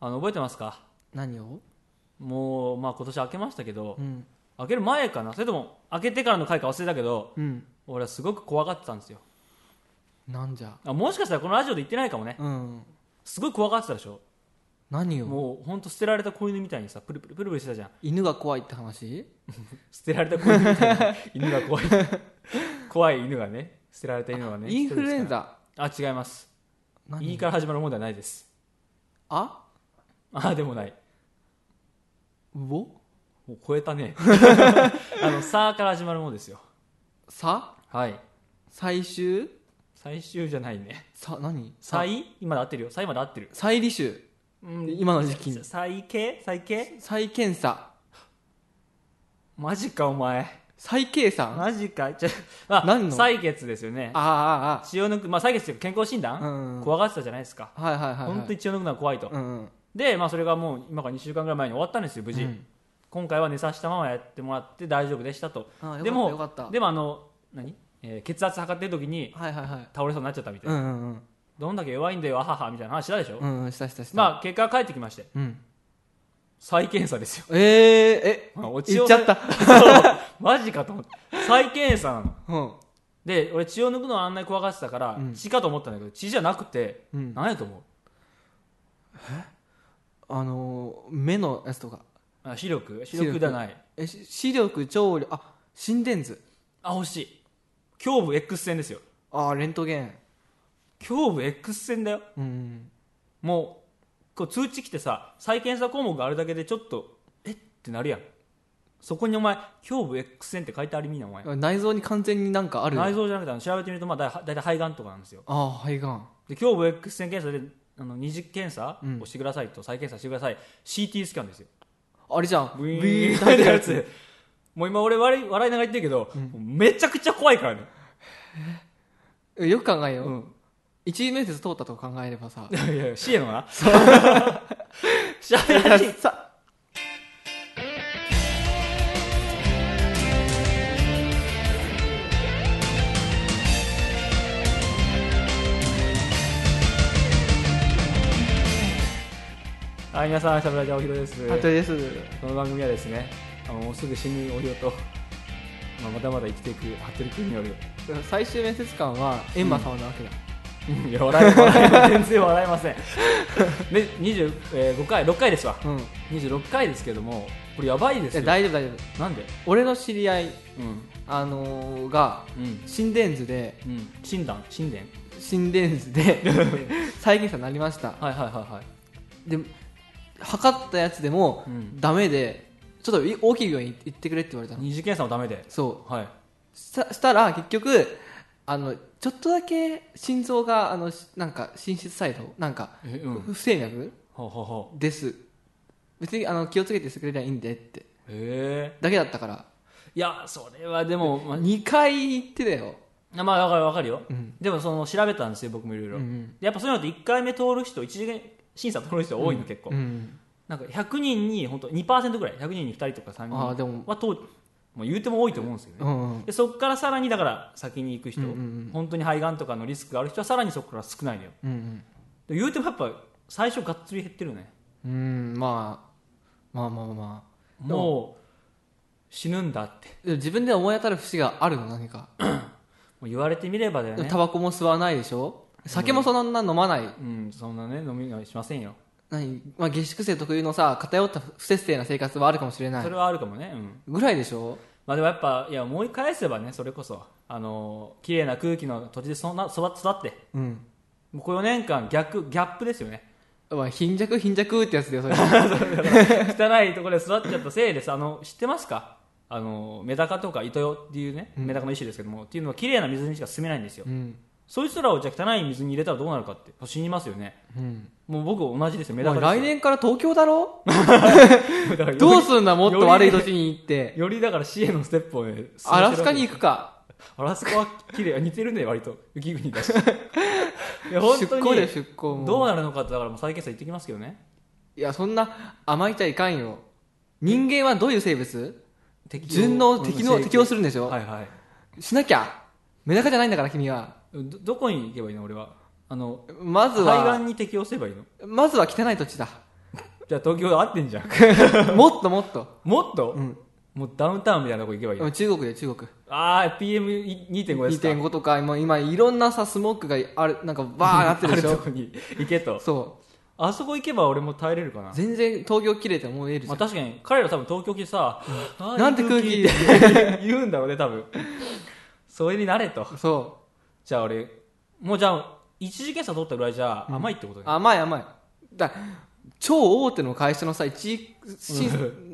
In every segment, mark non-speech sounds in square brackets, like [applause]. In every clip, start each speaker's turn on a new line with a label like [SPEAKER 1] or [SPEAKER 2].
[SPEAKER 1] あの覚えてますか
[SPEAKER 2] 何を
[SPEAKER 1] もう、まあ、今年明けましたけど、
[SPEAKER 2] うん
[SPEAKER 1] 明ける前かなそれとも明けてからの回か忘れたけど
[SPEAKER 2] うん
[SPEAKER 1] 俺はすごく怖がってたんですよ
[SPEAKER 2] なんじゃ
[SPEAKER 1] あもしかしたらこのラジオで言ってないかもね
[SPEAKER 2] うん
[SPEAKER 1] すごい怖がってたでしょ
[SPEAKER 2] 何を
[SPEAKER 1] もうほんと捨てられた子犬みたいにさプルプルプルプルしてたじゃん
[SPEAKER 2] 犬が怖いって話
[SPEAKER 1] 捨てられた子犬みたいな犬が
[SPEAKER 2] [laughs]
[SPEAKER 1] 怖い怖い犬がね捨てられた犬がね
[SPEAKER 2] インフルエン
[SPEAKER 1] ザ
[SPEAKER 2] ザ
[SPEAKER 1] あ違います「い」
[SPEAKER 2] 何
[SPEAKER 1] から始まるものではないです
[SPEAKER 2] あ
[SPEAKER 1] ああでもない
[SPEAKER 2] ウオ
[SPEAKER 1] もう超えた
[SPEAKER 2] [laughs]
[SPEAKER 1] ねあの「さ」から始まるものですよ
[SPEAKER 2] さ
[SPEAKER 1] はい
[SPEAKER 2] 最終
[SPEAKER 1] 最終じゃないね
[SPEAKER 2] さ何
[SPEAKER 1] 「さい」今で合ってるよ「さい」まで合ってる
[SPEAKER 2] 再履修
[SPEAKER 1] うん
[SPEAKER 2] 今の時期に
[SPEAKER 1] 最系最系
[SPEAKER 2] 再検査
[SPEAKER 1] マジかお前
[SPEAKER 2] 再計算あ
[SPEAKER 1] マジかちょあ
[SPEAKER 2] 何の
[SPEAKER 1] 採血ですよね
[SPEAKER 2] あ
[SPEAKER 1] 血を抜くまあ採血っていうか健康診
[SPEAKER 2] あああ
[SPEAKER 1] 断、
[SPEAKER 2] うんうん
[SPEAKER 1] 怖がってたじゃないですか
[SPEAKER 2] はいはいはいはい
[SPEAKER 1] 本当に血を抜くのは怖いと、
[SPEAKER 2] うんうん
[SPEAKER 1] で、まあ、それがもう今から2週間ぐらい前に終わったんですよ無事、
[SPEAKER 2] うん
[SPEAKER 1] 今回は寝させたままやってもらって大丈夫でしたと
[SPEAKER 2] ああよ
[SPEAKER 1] で
[SPEAKER 2] かった
[SPEAKER 1] も
[SPEAKER 2] よかった
[SPEAKER 1] でもあの何、えー血圧測ってる時に
[SPEAKER 2] はいはいはい
[SPEAKER 1] 倒れそうになっちゃったみたいな、
[SPEAKER 2] うんうん
[SPEAKER 1] どんだけ弱いんだよあははみたいな話したでしょ、
[SPEAKER 2] うんうんしたしたした
[SPEAKER 1] まあ結果が返ってきまして
[SPEAKER 2] うん
[SPEAKER 1] 再検査ですよ
[SPEAKER 2] えーえ
[SPEAKER 1] まあお血
[SPEAKER 2] 言
[SPEAKER 1] を
[SPEAKER 2] っちゃった
[SPEAKER 1] そうマジかと思って再検査なの
[SPEAKER 2] うん
[SPEAKER 1] で俺血を抜くのはあんなに怖がってたから、
[SPEAKER 2] うん
[SPEAKER 1] 血かと思ったんだけど血じゃなくて、
[SPEAKER 2] うん
[SPEAKER 1] 何やと思う
[SPEAKER 2] あのー目のやつとか
[SPEAKER 1] あ視力視
[SPEAKER 2] 視力
[SPEAKER 1] 力じゃない
[SPEAKER 2] えし視力聴力あ心電図
[SPEAKER 1] あ欲しい胸部 X 線ですよ
[SPEAKER 2] ああレントゲン
[SPEAKER 1] 胸部 X 線だよ
[SPEAKER 2] うん
[SPEAKER 1] もうこう通知来てさ再検査項目があるだけでちょっとえってなるやんそこにお前胸部 X 線って書いてある意味なお前
[SPEAKER 2] 内臓に完全になんかある
[SPEAKER 1] 内臓じゃなくてあの調べてみるとまあだい大体肺がんとかなんですよ
[SPEAKER 2] ああ肺がん
[SPEAKER 1] で胸部 X 線検査であの二次検査
[SPEAKER 2] うん
[SPEAKER 1] をしてくださいと再検査してください、CT スキャンですよ
[SPEAKER 2] あれじゃん
[SPEAKER 1] ブイ
[SPEAKER 2] ブイ
[SPEAKER 1] ーンって
[SPEAKER 2] ーンって入ってる
[SPEAKER 1] や
[SPEAKER 2] やつ
[SPEAKER 1] つもう今俺笑い笑いながら言ってるけど、めちゃくちゃ怖いからね、
[SPEAKER 2] えよく考えよ
[SPEAKER 1] う、
[SPEAKER 2] うん一面接通ったと考えればさ
[SPEAKER 1] いやいや、シエのな。 [laughs] しゃべらしい。
[SPEAKER 2] さ
[SPEAKER 1] [laughs] はい、皆さん、しゃべらじゃおひろです。
[SPEAKER 2] あとです
[SPEAKER 1] この番組はですね、あのもうすぐ死ぬおひろと、まあ、まだまだ生きていく服部君による。
[SPEAKER 2] 最終面接官はエンマ様なわけだ
[SPEAKER 1] いや、笑え笑え全然笑えません。 [laughs] で、25、えー、5回、6回ですわ。
[SPEAKER 2] うん
[SPEAKER 1] 26回ですけども、これやばいで
[SPEAKER 2] い
[SPEAKER 1] す
[SPEAKER 2] や
[SPEAKER 1] よ。
[SPEAKER 2] 大丈夫大丈夫
[SPEAKER 1] なんで
[SPEAKER 2] 俺の知り合い
[SPEAKER 1] うん。
[SPEAKER 2] あのーが
[SPEAKER 1] うん。
[SPEAKER 2] 心電図で
[SPEAKER 1] うん。診断診断
[SPEAKER 2] 心電図で再検査になりました
[SPEAKER 1] はいはいはいはい。
[SPEAKER 2] で測ったやつでも
[SPEAKER 1] うん
[SPEAKER 2] ダメでちょっとい大きい病院行ってくれって言われたの
[SPEAKER 1] 二次検査もダメで。
[SPEAKER 2] そ
[SPEAKER 1] はい。
[SPEAKER 2] うしたしたら結局あのちょっとだけ心臓があのしなんか心室細動なんか
[SPEAKER 1] え、うん。
[SPEAKER 2] 不整脈
[SPEAKER 1] ほうほうほう。
[SPEAKER 2] です別にあの気をつけてしてくれりゃいいんでって
[SPEAKER 1] へえ。
[SPEAKER 2] だけだったから
[SPEAKER 1] いや、それはでも、まあ
[SPEAKER 2] 2回行ってたよ
[SPEAKER 1] あまあわかるわかるよ、
[SPEAKER 2] うん
[SPEAKER 1] でもその調べたんですよ僕もいろいろ、
[SPEAKER 2] うん
[SPEAKER 1] やっぱそういうのって1回目通る人1次元審査通る人多いの結構、
[SPEAKER 2] うん
[SPEAKER 1] なんか100人に本当2%ぐらい100人に2人とか3人
[SPEAKER 2] ああでも
[SPEAKER 1] は通るもう言うても多いと思うんですよね、
[SPEAKER 2] うん
[SPEAKER 1] でそこからさらにだから先に行く人、
[SPEAKER 2] うんうんうん
[SPEAKER 1] 本当に肺がんとかのリスクがある人はさらにそこから少ないのよ
[SPEAKER 2] うん
[SPEAKER 1] で言うてもやっぱ最初がっつり減ってるよね
[SPEAKER 2] うんうんまあまあまあまあまあ
[SPEAKER 1] もう死ぬんだって
[SPEAKER 2] でも自分で思い当たる節があるの何か
[SPEAKER 1] もう言われてみればだよね
[SPEAKER 2] タバコも吸わないでしょ酒もそんな飲まない
[SPEAKER 1] うんそんなね飲みはしませんよ、
[SPEAKER 2] 何、まあ、下宿生特有のさ偏った不節制な生活はあるかもしれな
[SPEAKER 1] そ
[SPEAKER 2] い
[SPEAKER 1] れはあるかもねうん
[SPEAKER 2] ぐらいでしょ
[SPEAKER 1] まあでもやっぱいや思い返せばねそれこそあの綺麗な空気の土地でそんな育育って
[SPEAKER 2] うん
[SPEAKER 1] もうこの4年間逆ギャップですよ
[SPEAKER 2] [laughs]
[SPEAKER 1] ね
[SPEAKER 2] まあ貧弱貧弱ってやつだよそれ
[SPEAKER 1] 汚いところで育っちゃったせいですあの知ってますかあのメダカとかイトヨっていうねメダカの一種ですけども、っていうのは綺麗な水にしか住めないんですよ、
[SPEAKER 2] うん
[SPEAKER 1] そいつらをじゃあ汚い水に入れたらどうなるかって死にますよね
[SPEAKER 2] うん
[SPEAKER 1] もう僕同じですよメ
[SPEAKER 2] お
[SPEAKER 1] ダ
[SPEAKER 2] 前
[SPEAKER 1] カ
[SPEAKER 2] 来
[SPEAKER 1] です
[SPEAKER 2] 年から東京だろ
[SPEAKER 1] よ [laughs] だからより
[SPEAKER 2] どうすんだもっと悪い年に行って
[SPEAKER 1] よりだから支援のステップをね
[SPEAKER 2] [laughs] アラスカに
[SPEAKER 1] く
[SPEAKER 2] 行くか
[SPEAKER 1] アラスカは綺麗似てるね割と雪国だ
[SPEAKER 2] [laughs]
[SPEAKER 1] しいや本
[SPEAKER 2] 出
[SPEAKER 1] 当に
[SPEAKER 2] 向で出向も
[SPEAKER 1] どうなるのかってだからもう再検査行ってきますけどね
[SPEAKER 2] いやそんな甘えちゃいかんよ人間はどういう生物
[SPEAKER 1] 敵を
[SPEAKER 2] 順応
[SPEAKER 1] うん
[SPEAKER 2] 適応
[SPEAKER 1] 正
[SPEAKER 2] 適応するんでしょ、
[SPEAKER 1] はいはい
[SPEAKER 2] しなきゃメダカじゃないんだから君は
[SPEAKER 1] どどこに行けばいいの俺はあの
[SPEAKER 2] まず
[SPEAKER 1] 肺が
[SPEAKER 2] は
[SPEAKER 1] んに適応すればいいの
[SPEAKER 2] まずは汚い土地だ
[SPEAKER 1] じゃあ東京合ってんじゃ
[SPEAKER 2] [laughs]
[SPEAKER 1] ん
[SPEAKER 2] もっとも
[SPEAKER 1] [laughs]
[SPEAKER 2] っと、
[SPEAKER 1] もっと、
[SPEAKER 2] うん、
[SPEAKER 1] もうダウンタウンみたいなとこ行けばいいの、
[SPEAKER 2] 中国で中国
[SPEAKER 1] ああ PM2.5 ですか
[SPEAKER 2] 2.5とか今今いろんなさスモークがあるなんかバーなってるでし
[SPEAKER 1] あ
[SPEAKER 2] ょ
[SPEAKER 1] とこに行けと
[SPEAKER 2] そ
[SPEAKER 1] あそこ行けば俺も耐えれるかな
[SPEAKER 2] う全然東京綺麗って思えるじ
[SPEAKER 1] ま
[SPEAKER 2] ゃ
[SPEAKER 1] あ、確かに彼ら多分東京来てさ、あー
[SPEAKER 2] なんて空気
[SPEAKER 1] いいって [laughs] 言うんだろうね多分それになれと
[SPEAKER 2] んそ
[SPEAKER 1] じゃあ俺もうじゃあ一次検査取ったぐらいじゃ甘いってことね、
[SPEAKER 2] う甘い甘いだ超大手の会社のさ一
[SPEAKER 1] [laughs]
[SPEAKER 2] 新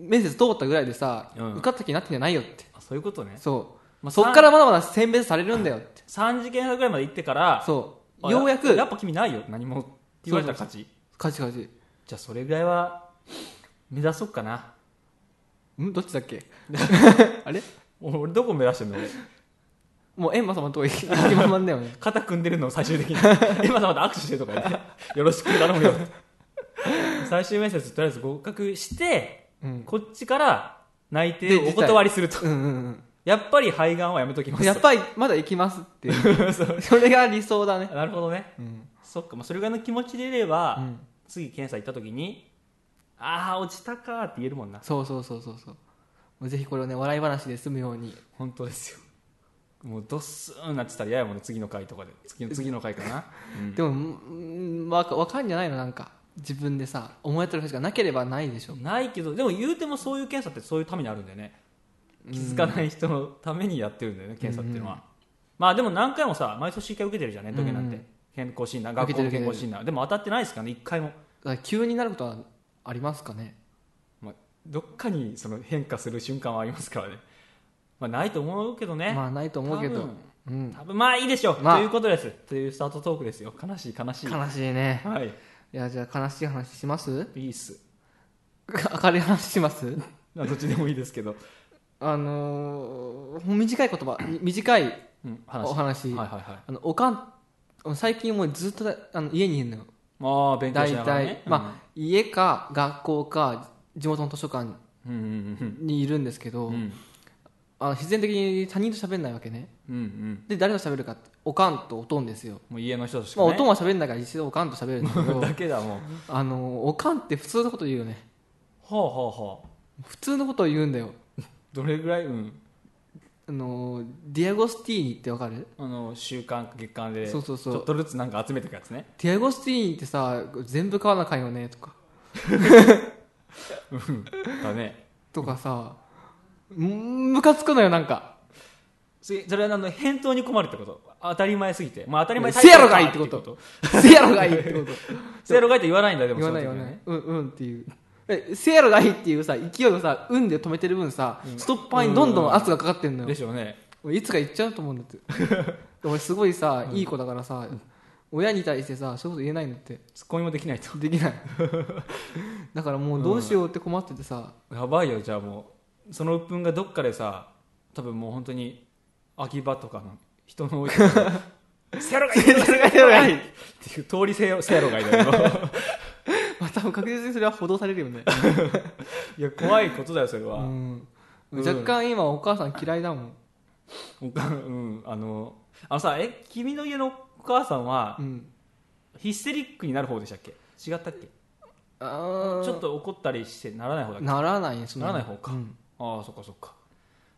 [SPEAKER 2] 面接通ったぐらいでさ、
[SPEAKER 1] うん
[SPEAKER 2] 受かった気になってんじゃないよって
[SPEAKER 1] あそういうことね
[SPEAKER 2] そう、
[SPEAKER 1] まあ
[SPEAKER 2] そっからまだまだ選別されるんだよって
[SPEAKER 1] 三次検査ぐらいまで行ってから
[SPEAKER 2] そう
[SPEAKER 1] あ
[SPEAKER 2] ようやく
[SPEAKER 1] やっぱ君ないよ何もって言われたら勝ち
[SPEAKER 2] カチカチ
[SPEAKER 1] じゃあそれぐらいは目指そうかなん
[SPEAKER 2] どっちだっ
[SPEAKER 1] [laughs]
[SPEAKER 2] けあれ
[SPEAKER 1] 俺どこ目指してんの俺
[SPEAKER 2] もうエンマ様のとこ行きままんだ
[SPEAKER 1] [laughs]
[SPEAKER 2] よね
[SPEAKER 1] 肩組んでるのを最終的に [laughs] 今まで握手してとか言ってよろしく頼むよって最終面接とりあえず合格して、
[SPEAKER 2] うん
[SPEAKER 1] こっちから内定
[SPEAKER 2] で
[SPEAKER 1] をお断りすると
[SPEAKER 2] うんうん
[SPEAKER 1] やっぱり肺がんはやめときま
[SPEAKER 2] うん
[SPEAKER 1] す
[SPEAKER 2] やっぱりまだ行きますってい
[SPEAKER 1] [laughs]
[SPEAKER 2] う [laughs] それが理想だね
[SPEAKER 1] なるほどね
[SPEAKER 2] うん
[SPEAKER 1] そっか、まあ、それぐらいの気持ちでいれば、
[SPEAKER 2] うん
[SPEAKER 1] 次検査行った時にああ落ちたかーって言えるもんな
[SPEAKER 2] そうそうそうそうそうもうぜひこれをね笑い話で済むように
[SPEAKER 1] 本当ですよもうドッスーンなってたら嫌やもんね次の回とかで次の次の回かな、うん
[SPEAKER 2] でもうんわかわかんじゃないのなんか自分でさ思い当たる話がなければないでしょ
[SPEAKER 1] ないけどでも言うてもそういう検査ってそういうためにあるんだよね気づかない人のためにやってるんだよね検査っていうのは、まあでも何回もさ毎年1回受けてるじゃんね時計なんて、
[SPEAKER 2] うん
[SPEAKER 1] 健康診断
[SPEAKER 2] 受け
[SPEAKER 1] 学
[SPEAKER 2] て
[SPEAKER 1] 校
[SPEAKER 2] る
[SPEAKER 1] の健康診断でも当たってないですからね1回も、
[SPEAKER 2] だから急になることはありますかね
[SPEAKER 1] まあ、どっかにその変化する瞬間はありますからね、まあ、ないと思うけどね、
[SPEAKER 2] まあないと思うけ
[SPEAKER 1] 多
[SPEAKER 2] ど
[SPEAKER 1] 分、
[SPEAKER 2] うん、
[SPEAKER 1] 多分まあいいでしょう、
[SPEAKER 2] まあ
[SPEAKER 1] ということですというスタートトークですよ悲しい悲しい
[SPEAKER 2] 悲しいね
[SPEAKER 1] はい
[SPEAKER 2] いやじゃあ悲しい話します [laughs]
[SPEAKER 1] いいっす
[SPEAKER 2] 明るい話します [laughs]
[SPEAKER 1] まあどっちでもいいですけど、
[SPEAKER 2] あのー、短い言葉み [coughs] 短い
[SPEAKER 1] うん、話
[SPEAKER 2] お話
[SPEAKER 1] はいはいはい
[SPEAKER 2] あのおかん最近もうずっとだあの家にいるのよ
[SPEAKER 1] まあ勉強
[SPEAKER 2] 大
[SPEAKER 1] しながら
[SPEAKER 2] 体、
[SPEAKER 1] ね
[SPEAKER 2] まあ、家か学校か地元の図書館
[SPEAKER 1] うんうんうん
[SPEAKER 2] にいるんですけど、
[SPEAKER 1] うんうん
[SPEAKER 2] あの必然的に他人と喋んないわけね
[SPEAKER 1] うんうん
[SPEAKER 2] で誰と喋るかっておかんとおとんですよ、
[SPEAKER 1] もう家の人とし
[SPEAKER 2] まあ、
[SPEAKER 1] か
[SPEAKER 2] お
[SPEAKER 1] ね
[SPEAKER 2] とんは喋んないから一度おかんと喋るんだけど
[SPEAKER 1] だけだもんは
[SPEAKER 2] あのおかんって普通のこと言うよね
[SPEAKER 1] あはあはあ
[SPEAKER 2] 普通のことを言うんだよ
[SPEAKER 1] どれぐらいうん
[SPEAKER 2] あのディアゴスティーニってわかる
[SPEAKER 1] あの週間月間で
[SPEAKER 2] そうそうそう
[SPEAKER 1] ちょっとずつなんか集めていくやつね
[SPEAKER 2] ディアゴスティーニってさ全部買わなあかんよねとか
[SPEAKER 1] だね
[SPEAKER 2] とかさうんムカつくのよなん
[SPEAKER 1] [laughs]
[SPEAKER 2] か
[SPEAKER 1] それそれはあの返答に困るってこと当たり前すぎてまあ当たり前
[SPEAKER 2] せやろがいってことせやろがいいってこと
[SPEAKER 1] せやろがいって言わないんだよでも
[SPEAKER 2] 言わない言わ
[SPEAKER 1] その時は
[SPEAKER 2] ないうんうんっていうえせやろがいいっていうさ勢いをさうんで止めてる分さ、ストッパーにどんどん圧がかかってんのよ、
[SPEAKER 1] でしょうね
[SPEAKER 2] 俺いつか言っちゃうと思う
[SPEAKER 1] [laughs]
[SPEAKER 2] んだって俺すごいさいい子だからさ、親に対してさそういうこと言えないのって
[SPEAKER 1] ツッコミもできないと
[SPEAKER 2] できないだからもうどうしようって困って
[SPEAKER 1] [laughs]
[SPEAKER 2] てさ、
[SPEAKER 1] やばいよじゃあもうその鬱憤がどっかでさ多分もう本当に秋葉とかの人の多いとこ
[SPEAKER 2] [laughs]
[SPEAKER 1] ろせやろがいせやろがいっていう通りせやろせやろがいだ
[SPEAKER 2] [laughs]
[SPEAKER 1] けど
[SPEAKER 2] まあ多分確実にそれは補導されるよね、
[SPEAKER 1] いや怖いことだよそれ
[SPEAKER 2] う
[SPEAKER 1] は、
[SPEAKER 2] ん、
[SPEAKER 1] うん
[SPEAKER 2] 若干今お母さん嫌いだもん、
[SPEAKER 1] おか [laughs] うんあのあのさえ君の家のお母さんは
[SPEAKER 2] うん、
[SPEAKER 1] ヒステリックになる方でしたっけ違ったっけ
[SPEAKER 2] あー
[SPEAKER 1] ちょっと怒ったりしてならない方だっけ
[SPEAKER 2] ならないねそん
[SPEAKER 1] ならない方か
[SPEAKER 2] うん
[SPEAKER 1] ああそっかそっか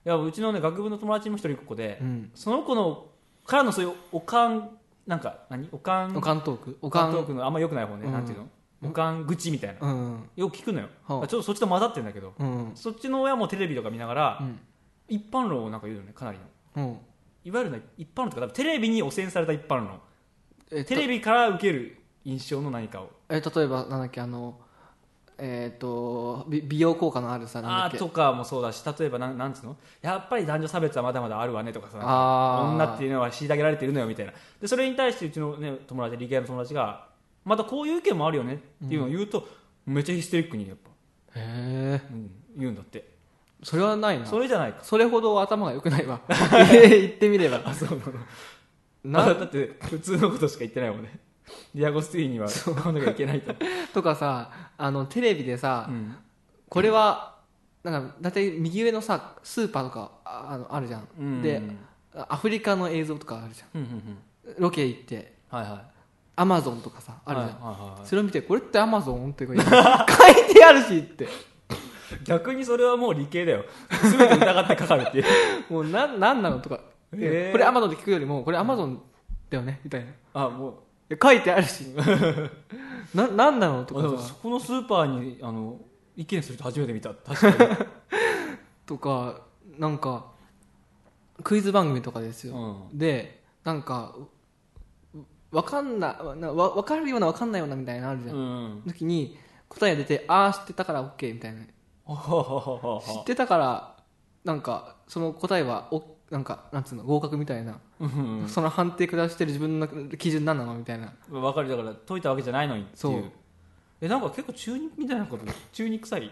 [SPEAKER 1] いやうちのね学部の友達も一人っ子で、
[SPEAKER 2] うん
[SPEAKER 1] その子のからのそういうおかんなんか何おかん
[SPEAKER 2] おかんトークお
[SPEAKER 1] お
[SPEAKER 2] か
[SPEAKER 1] か
[SPEAKER 2] ん
[SPEAKER 1] んトークのあんま良くない方ね、
[SPEAKER 2] うん
[SPEAKER 1] なんていうのおかん愚痴みたいな、
[SPEAKER 2] うん
[SPEAKER 1] よく聞くのよ、
[SPEAKER 2] はあ
[SPEAKER 1] ちょっとそっちと混ざってるんだけど、
[SPEAKER 2] うん
[SPEAKER 1] そっちの親もテレビとか見ながら、
[SPEAKER 2] うん
[SPEAKER 1] 一般論をなんか言うよねかなりの
[SPEAKER 2] うん
[SPEAKER 1] いわゆるね一般論とか多分テレビに汚染された一般論
[SPEAKER 2] え
[SPEAKER 1] テレビから受ける印象の何かを
[SPEAKER 2] え例えばなんだっけあのえっ、とび美容効果のあるさなんだ
[SPEAKER 1] あ
[SPEAKER 2] っ
[SPEAKER 1] ー
[SPEAKER 2] け
[SPEAKER 1] とかもそうだし例えばなんなんつうのやっぱり男女差別はまだまだあるわねとかさ
[SPEAKER 2] あー
[SPEAKER 1] 女っていうのは虐げられてるのよみたいなでそれに対してうちの、ね、友達理系の友達がまたこういう意見もあるよねっていうのを言うと、めっちゃヒステリックにやっぱ、
[SPEAKER 2] へえ
[SPEAKER 1] うん、言うんだって
[SPEAKER 2] それはないなそ
[SPEAKER 1] そ
[SPEAKER 2] れ
[SPEAKER 1] れじゃないか
[SPEAKER 2] ほど頭が良くないわ言ってみれば
[SPEAKER 1] あそうなの
[SPEAKER 2] な
[SPEAKER 1] あだって普通のことしか言ってないもんねディアゴスティーニは買わなきゃいけない
[SPEAKER 2] [laughs]
[SPEAKER 1] と、
[SPEAKER 2] とかさあのテレビでさ、
[SPEAKER 1] うん
[SPEAKER 2] これはなんか大体右上のさスーパーとかああのあるじゃん、
[SPEAKER 1] うん
[SPEAKER 2] でアフリカの映像とかあるじ
[SPEAKER 1] うんうんうん
[SPEAKER 2] ゃんロケ行って
[SPEAKER 1] はいは
[SPEAKER 2] アマゾンとかさあるじゃん、
[SPEAKER 1] はいはいはい
[SPEAKER 2] それを見てこれってアマゾンって書いて
[SPEAKER 1] [laughs]
[SPEAKER 2] 書いてあるしって
[SPEAKER 1] 逆にそれはもう理系だよ全て疑ってかかるっていう
[SPEAKER 2] [laughs] もうなんなんなのとか、
[SPEAKER 1] えー
[SPEAKER 2] いやこれアマゾンで聞くよりもこれアマゾンだよねみたいない
[SPEAKER 1] あもう
[SPEAKER 2] や書いてあるし [laughs] ななんなのと
[SPEAKER 1] あでも
[SPEAKER 2] かさ
[SPEAKER 1] そこのスーパーにあの意見する人初めて見た確かに、
[SPEAKER 2] とかなんかクイズ番組とかですよ、
[SPEAKER 1] うん
[SPEAKER 2] でなんかわかんななわわかるようなわかんないようなみたいなのあるじゃん、
[SPEAKER 1] うん、 [laughs]
[SPEAKER 2] 時に答えが出てああ知ってたから OK みたいな
[SPEAKER 1] はははは
[SPEAKER 2] 知ってたからなんかその答えはおなんかなんつうの合格みたいな、
[SPEAKER 1] うん
[SPEAKER 2] その判定下してる自分の基準何なのみたいな
[SPEAKER 1] 分かるだから解いたわけじゃないのにって
[SPEAKER 2] そ
[SPEAKER 1] いううえなんか結構中二みたいなこと中二
[SPEAKER 2] [laughs]
[SPEAKER 1] 臭い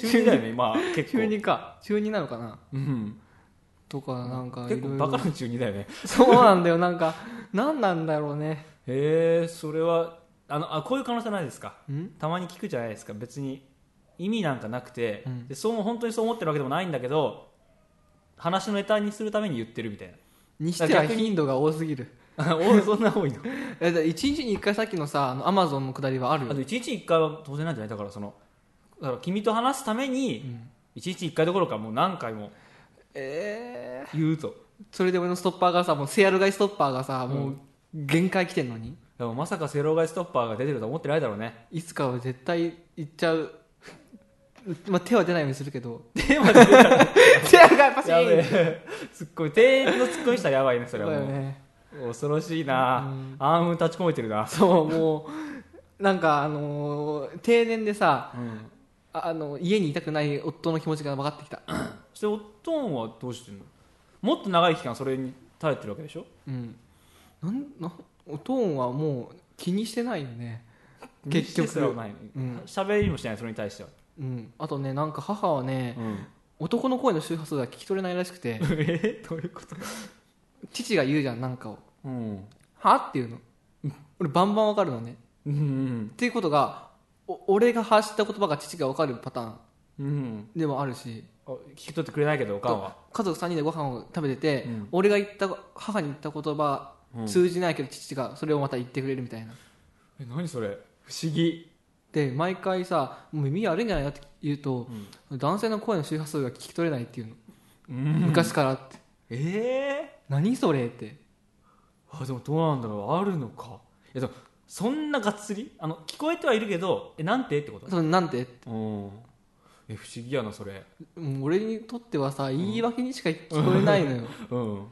[SPEAKER 1] 中二だよねまあ結構
[SPEAKER 2] 中二か中二なのかな
[SPEAKER 1] うん、
[SPEAKER 2] とかなんか
[SPEAKER 1] 結構
[SPEAKER 2] いろいろ
[SPEAKER 1] バカな中二だよね
[SPEAKER 2] そうなんだよなんか何なんだろうね
[SPEAKER 1] へえそれはあのあこういう可能性ないですか
[SPEAKER 2] ん
[SPEAKER 1] たまに聞くじゃないですか別に意味なんかなくて、
[SPEAKER 2] うん
[SPEAKER 1] でそう本当にそう思ってるわけでもないんだけど話のネタにするために言ってるみたい
[SPEAKER 2] にしては
[SPEAKER 1] 逆に
[SPEAKER 2] 頻度が多すぎる
[SPEAKER 1] な [laughs] おそんな多いの
[SPEAKER 2] [laughs] えだ1日に1回さっきのさあのアマゾンのくだりはある
[SPEAKER 1] あ
[SPEAKER 2] よ
[SPEAKER 1] と1日1回は当然なんじゃないだからそのだから君と話すため
[SPEAKER 2] う
[SPEAKER 1] に
[SPEAKER 2] ん
[SPEAKER 1] 1日1回どころかもう何回も
[SPEAKER 2] えー
[SPEAKER 1] 言うと、
[SPEAKER 2] それで俺のストッパーがさもうセアルガイストッパーがさ
[SPEAKER 1] うん
[SPEAKER 2] もう限界来てんのに
[SPEAKER 1] でもまさかセロガイストッパーが出てると思ってないだろう
[SPEAKER 2] [laughs]
[SPEAKER 1] ね
[SPEAKER 2] いつかは絶対行っちゃう、 [laughs] まあ、手は出ないようにするけど
[SPEAKER 1] 手まで出た
[SPEAKER 2] [laughs] 手がパシ
[SPEAKER 1] やべ
[SPEAKER 2] ーン
[SPEAKER 1] えツッコミ手のツッコミしたらやばいねそ
[SPEAKER 2] そう
[SPEAKER 1] れは
[SPEAKER 2] だよ
[SPEAKER 1] もう、
[SPEAKER 2] ね
[SPEAKER 1] 恐ろしいな、
[SPEAKER 2] うん
[SPEAKER 1] アーム立ち込めてるな、
[SPEAKER 2] そうもうなんかあのー定年でさ
[SPEAKER 1] うん、
[SPEAKER 2] ああの家にいたくない夫の気持ちが分かってきた、
[SPEAKER 1] そしておとんはどうしてんのもっと長い期間それに耐えてるわけでしょ
[SPEAKER 2] うん、なんなんおとんはもう気にしてないよ
[SPEAKER 1] [laughs]
[SPEAKER 2] ね結
[SPEAKER 1] 認識すら
[SPEAKER 2] 局
[SPEAKER 1] ない
[SPEAKER 2] うん
[SPEAKER 1] 喋りもしないそれに対しては、
[SPEAKER 2] うん、あとねなんか母はね
[SPEAKER 1] うん、
[SPEAKER 2] 男の声の周波数が聞き取れないらしく
[SPEAKER 1] [laughs]
[SPEAKER 2] て
[SPEAKER 1] えどういうこと、
[SPEAKER 2] 父が言うじゃんなんかを
[SPEAKER 1] うん
[SPEAKER 2] 「は?」って言うの俺バンバン分かるのね
[SPEAKER 1] うん
[SPEAKER 2] っていうことがお俺が発した言葉が父が分かるパターン
[SPEAKER 1] うん、
[SPEAKER 2] でもあるし
[SPEAKER 1] あ聞き取ってくれないけどおかんは
[SPEAKER 2] 家族3人でご飯を食べてて、
[SPEAKER 1] うん
[SPEAKER 2] 俺が言った母に言った言葉
[SPEAKER 1] うん
[SPEAKER 2] 通じないけど父がそれをまた言ってくれるみたいな
[SPEAKER 1] え何それ不思議
[SPEAKER 2] で毎回さ「もう耳悪いんじゃないか?」って言うと、男性の声の周波数が聞き取れないっていうの、
[SPEAKER 1] うん
[SPEAKER 2] 昔からって
[SPEAKER 1] ええ
[SPEAKER 2] 「何それ?」って
[SPEAKER 1] あでもどうなんだろうあるのかいやでもそんながっつりあの聞こえてはいるけどえなんてってこと
[SPEAKER 2] そのなんで
[SPEAKER 1] うんえ不思議やなそれ
[SPEAKER 2] うん俺にとってはさ言い訳にしか聞こえないのよ、
[SPEAKER 1] うん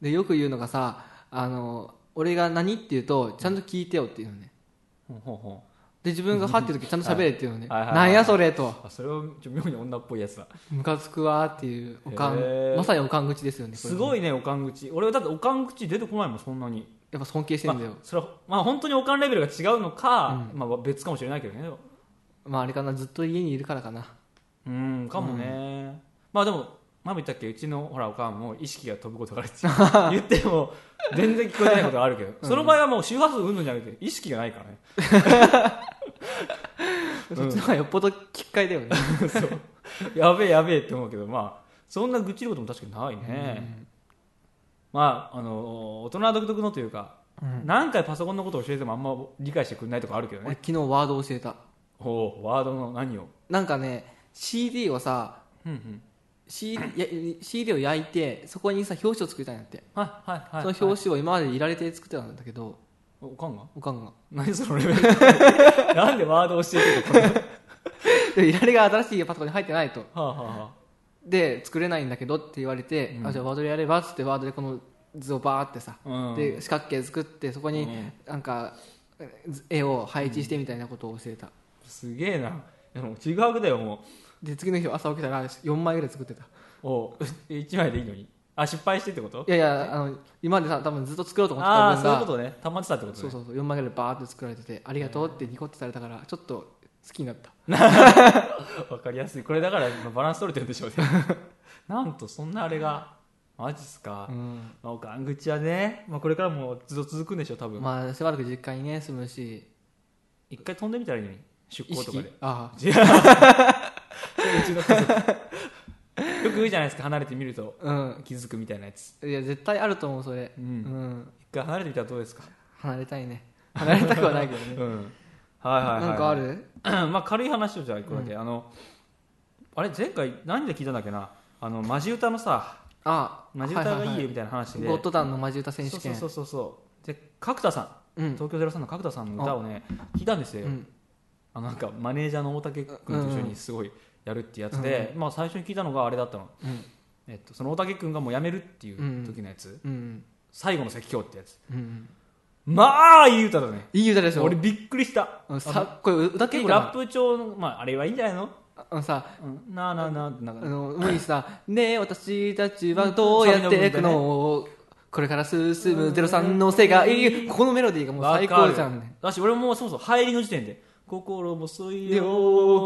[SPEAKER 2] でよく言うのがさあの俺が「何?」って言うと「ちゃんと聞いてよ」って言うのね
[SPEAKER 1] ほんほんほん
[SPEAKER 2] で自分がはってる時ちゃんと喋れっていうのね、
[SPEAKER 1] はいはいはい
[SPEAKER 2] なんやそれと
[SPEAKER 1] あそれはちょ妙に女っぽいやつだ
[SPEAKER 2] ムカつくわーっていうおかん、
[SPEAKER 1] へー
[SPEAKER 2] まさにおかん口ですよねこれ
[SPEAKER 1] すごいねおかん口俺はだっておかん口出てこないもんそんなに
[SPEAKER 2] やっぱ尊敬してんだよ
[SPEAKER 1] まあ、それはまあ本当におかんレベルが違うのか、まあ、別かもしれないけどね
[SPEAKER 2] まああれかなずっと家にいるからかな
[SPEAKER 1] うんかもね、まあでも前も言ったっけうちのほらおかんも意識が飛ぶことがあるって [laughs] 言っても全然聞こえてないことがあるけど、その場合はもう周波数うんぬんじゃなくて意識がないからね
[SPEAKER 2] そっちの方がよっぽどきっかいだよね、
[SPEAKER 1] やべえやべえって思うけどまあそんな愚痴ることも確かにないね、まああの大人独特のというか、何回パソコンのことを教えてもあんま理解してくれないとかあるけど
[SPEAKER 2] 俺
[SPEAKER 1] ね
[SPEAKER 2] 昨日ワード教えた
[SPEAKER 1] おうワードの何を
[SPEAKER 2] なんかね CD をさ、
[SPEAKER 1] うんうん、
[SPEAKER 2] CD, や CD を焼いてそこにさ表紙を作りたいんだって、
[SPEAKER 1] はいはいはい
[SPEAKER 2] その表紙を今までいられて作ってたんだ
[SPEAKER 1] [laughs]
[SPEAKER 2] けど
[SPEAKER 1] おかんが
[SPEAKER 2] おかんが
[SPEAKER 1] 何そのレベル [laughs] なんでワード教えてるのこれ [laughs] は
[SPEAKER 2] でいられが新しいパソコンに入ってないと
[SPEAKER 1] あ、はあはあ、
[SPEAKER 2] で作れないんだけどって言われて、
[SPEAKER 1] うん
[SPEAKER 2] あじゃあワードでやればっつってワードでこの図をバーってさ、
[SPEAKER 1] うん
[SPEAKER 2] で四角形作ってそこ
[SPEAKER 1] う
[SPEAKER 2] に
[SPEAKER 1] ん
[SPEAKER 2] なんかえず絵を配置してみたいなことを教えた、
[SPEAKER 1] すげえなでもちぐはぐだよもう
[SPEAKER 2] で次の日朝起きたら4枚ぐらい作ってたい
[SPEAKER 1] おう一枚でいいのにあ失敗してってこと
[SPEAKER 2] やいやあの今までさ多分ずっと作ろうと思って
[SPEAKER 1] ああ
[SPEAKER 2] た分
[SPEAKER 1] そういう
[SPEAKER 2] が
[SPEAKER 1] ことね溜まってたってことね
[SPEAKER 2] そうそうそう4枚ぐらいバーって作られててありがとうってニコってされたからちょっと好きになった
[SPEAKER 1] わかりやすいこれだからまあバランス取れてるんでしょうね [laughs] なんとそんなあれがマジっすか、
[SPEAKER 2] うん
[SPEAKER 1] まあ、おかん口はね、まあ、これからもずっと続くんでしょ多分、
[SPEAKER 2] まあしばらく実家にね住むし
[SPEAKER 1] 一回飛んでみたらいいのに出
[SPEAKER 2] 意
[SPEAKER 1] 向と
[SPEAKER 2] 識
[SPEAKER 1] かで
[SPEAKER 2] ああ
[SPEAKER 1] 違うう [laughs] ちの家族よく言うじゃないですか離れてみると
[SPEAKER 2] う
[SPEAKER 1] 気づくみたいなやつ
[SPEAKER 2] んいや絶対あると思うそれ
[SPEAKER 1] う
[SPEAKER 2] うんん
[SPEAKER 1] 一回離れてみたらどうですか
[SPEAKER 2] 離れたいね離れたくはないけどね
[SPEAKER 1] うんはいはいはい
[SPEAKER 2] なんかある
[SPEAKER 1] まあ軽い話をじゃあ一個だけ、あのあれ前回何で聞いたんだっけなあのマジ歌のさ
[SPEAKER 2] あ
[SPEAKER 1] マジ歌
[SPEAKER 2] は
[SPEAKER 1] が
[SPEAKER 2] いはい
[SPEAKER 1] い
[SPEAKER 2] は
[SPEAKER 1] よ
[SPEAKER 2] い
[SPEAKER 1] みたいな話で、
[SPEAKER 2] ゴッドタンのマジ歌選手権
[SPEAKER 1] そうそうそうそうで角田さ、
[SPEAKER 2] うんん
[SPEAKER 1] 東京03の角田さんの歌をね聞いたんですよ、
[SPEAKER 2] うん
[SPEAKER 1] あのなんかマネージャーの大竹君と一緒にすごいやるってやつで、まあ、最初に聞いたのがあれだったの、
[SPEAKER 2] うん
[SPEAKER 1] えっと、その大竹君がもう辞めるっていう時のやつ、
[SPEAKER 2] うん
[SPEAKER 1] 最後の説教ってやつ
[SPEAKER 2] うん
[SPEAKER 1] まあいい歌だね
[SPEAKER 2] いい歌でしょ
[SPEAKER 1] 俺びっくりした
[SPEAKER 2] うんさこれ歌って
[SPEAKER 1] 結
[SPEAKER 2] いい
[SPEAKER 1] 構
[SPEAKER 2] か
[SPEAKER 1] ラッ
[SPEAKER 2] な
[SPEAKER 1] プ調の、まあ、あれはいいんじゃないの、
[SPEAKER 2] あのさ
[SPEAKER 1] うん、なあなあなあなん
[SPEAKER 2] あ
[SPEAKER 1] か
[SPEAKER 2] の無理にさ「ねえ私たちはどうやっていくの?」これから進むゼロさんの世界ここのメロディーがもう最高じゃん
[SPEAKER 1] わか
[SPEAKER 2] ね
[SPEAKER 1] るだし俺ももうそもそも入りの時点で心細い
[SPEAKER 2] よ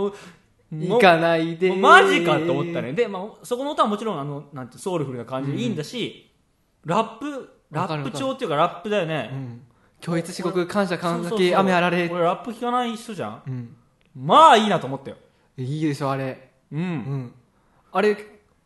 [SPEAKER 1] よ
[SPEAKER 2] 行かないで
[SPEAKER 1] もうマジかと思ったねで、まあ、そこの歌はもちろんあのなんてソウルフルな感じでいいんだし、ラップ
[SPEAKER 2] わ
[SPEAKER 1] ラ
[SPEAKER 2] かる
[SPEAKER 1] ップ調っていうかラップだよ
[SPEAKER 2] う
[SPEAKER 1] ね、
[SPEAKER 2] ん教育至極感謝感
[SPEAKER 1] そうそう
[SPEAKER 2] 激
[SPEAKER 1] そう
[SPEAKER 2] 雨あられ
[SPEAKER 1] 俺ラップ聞かない人じゃん
[SPEAKER 2] うん
[SPEAKER 1] まあいいなと思ったよ
[SPEAKER 2] いいでしょあれ
[SPEAKER 1] うん、
[SPEAKER 2] うんあれ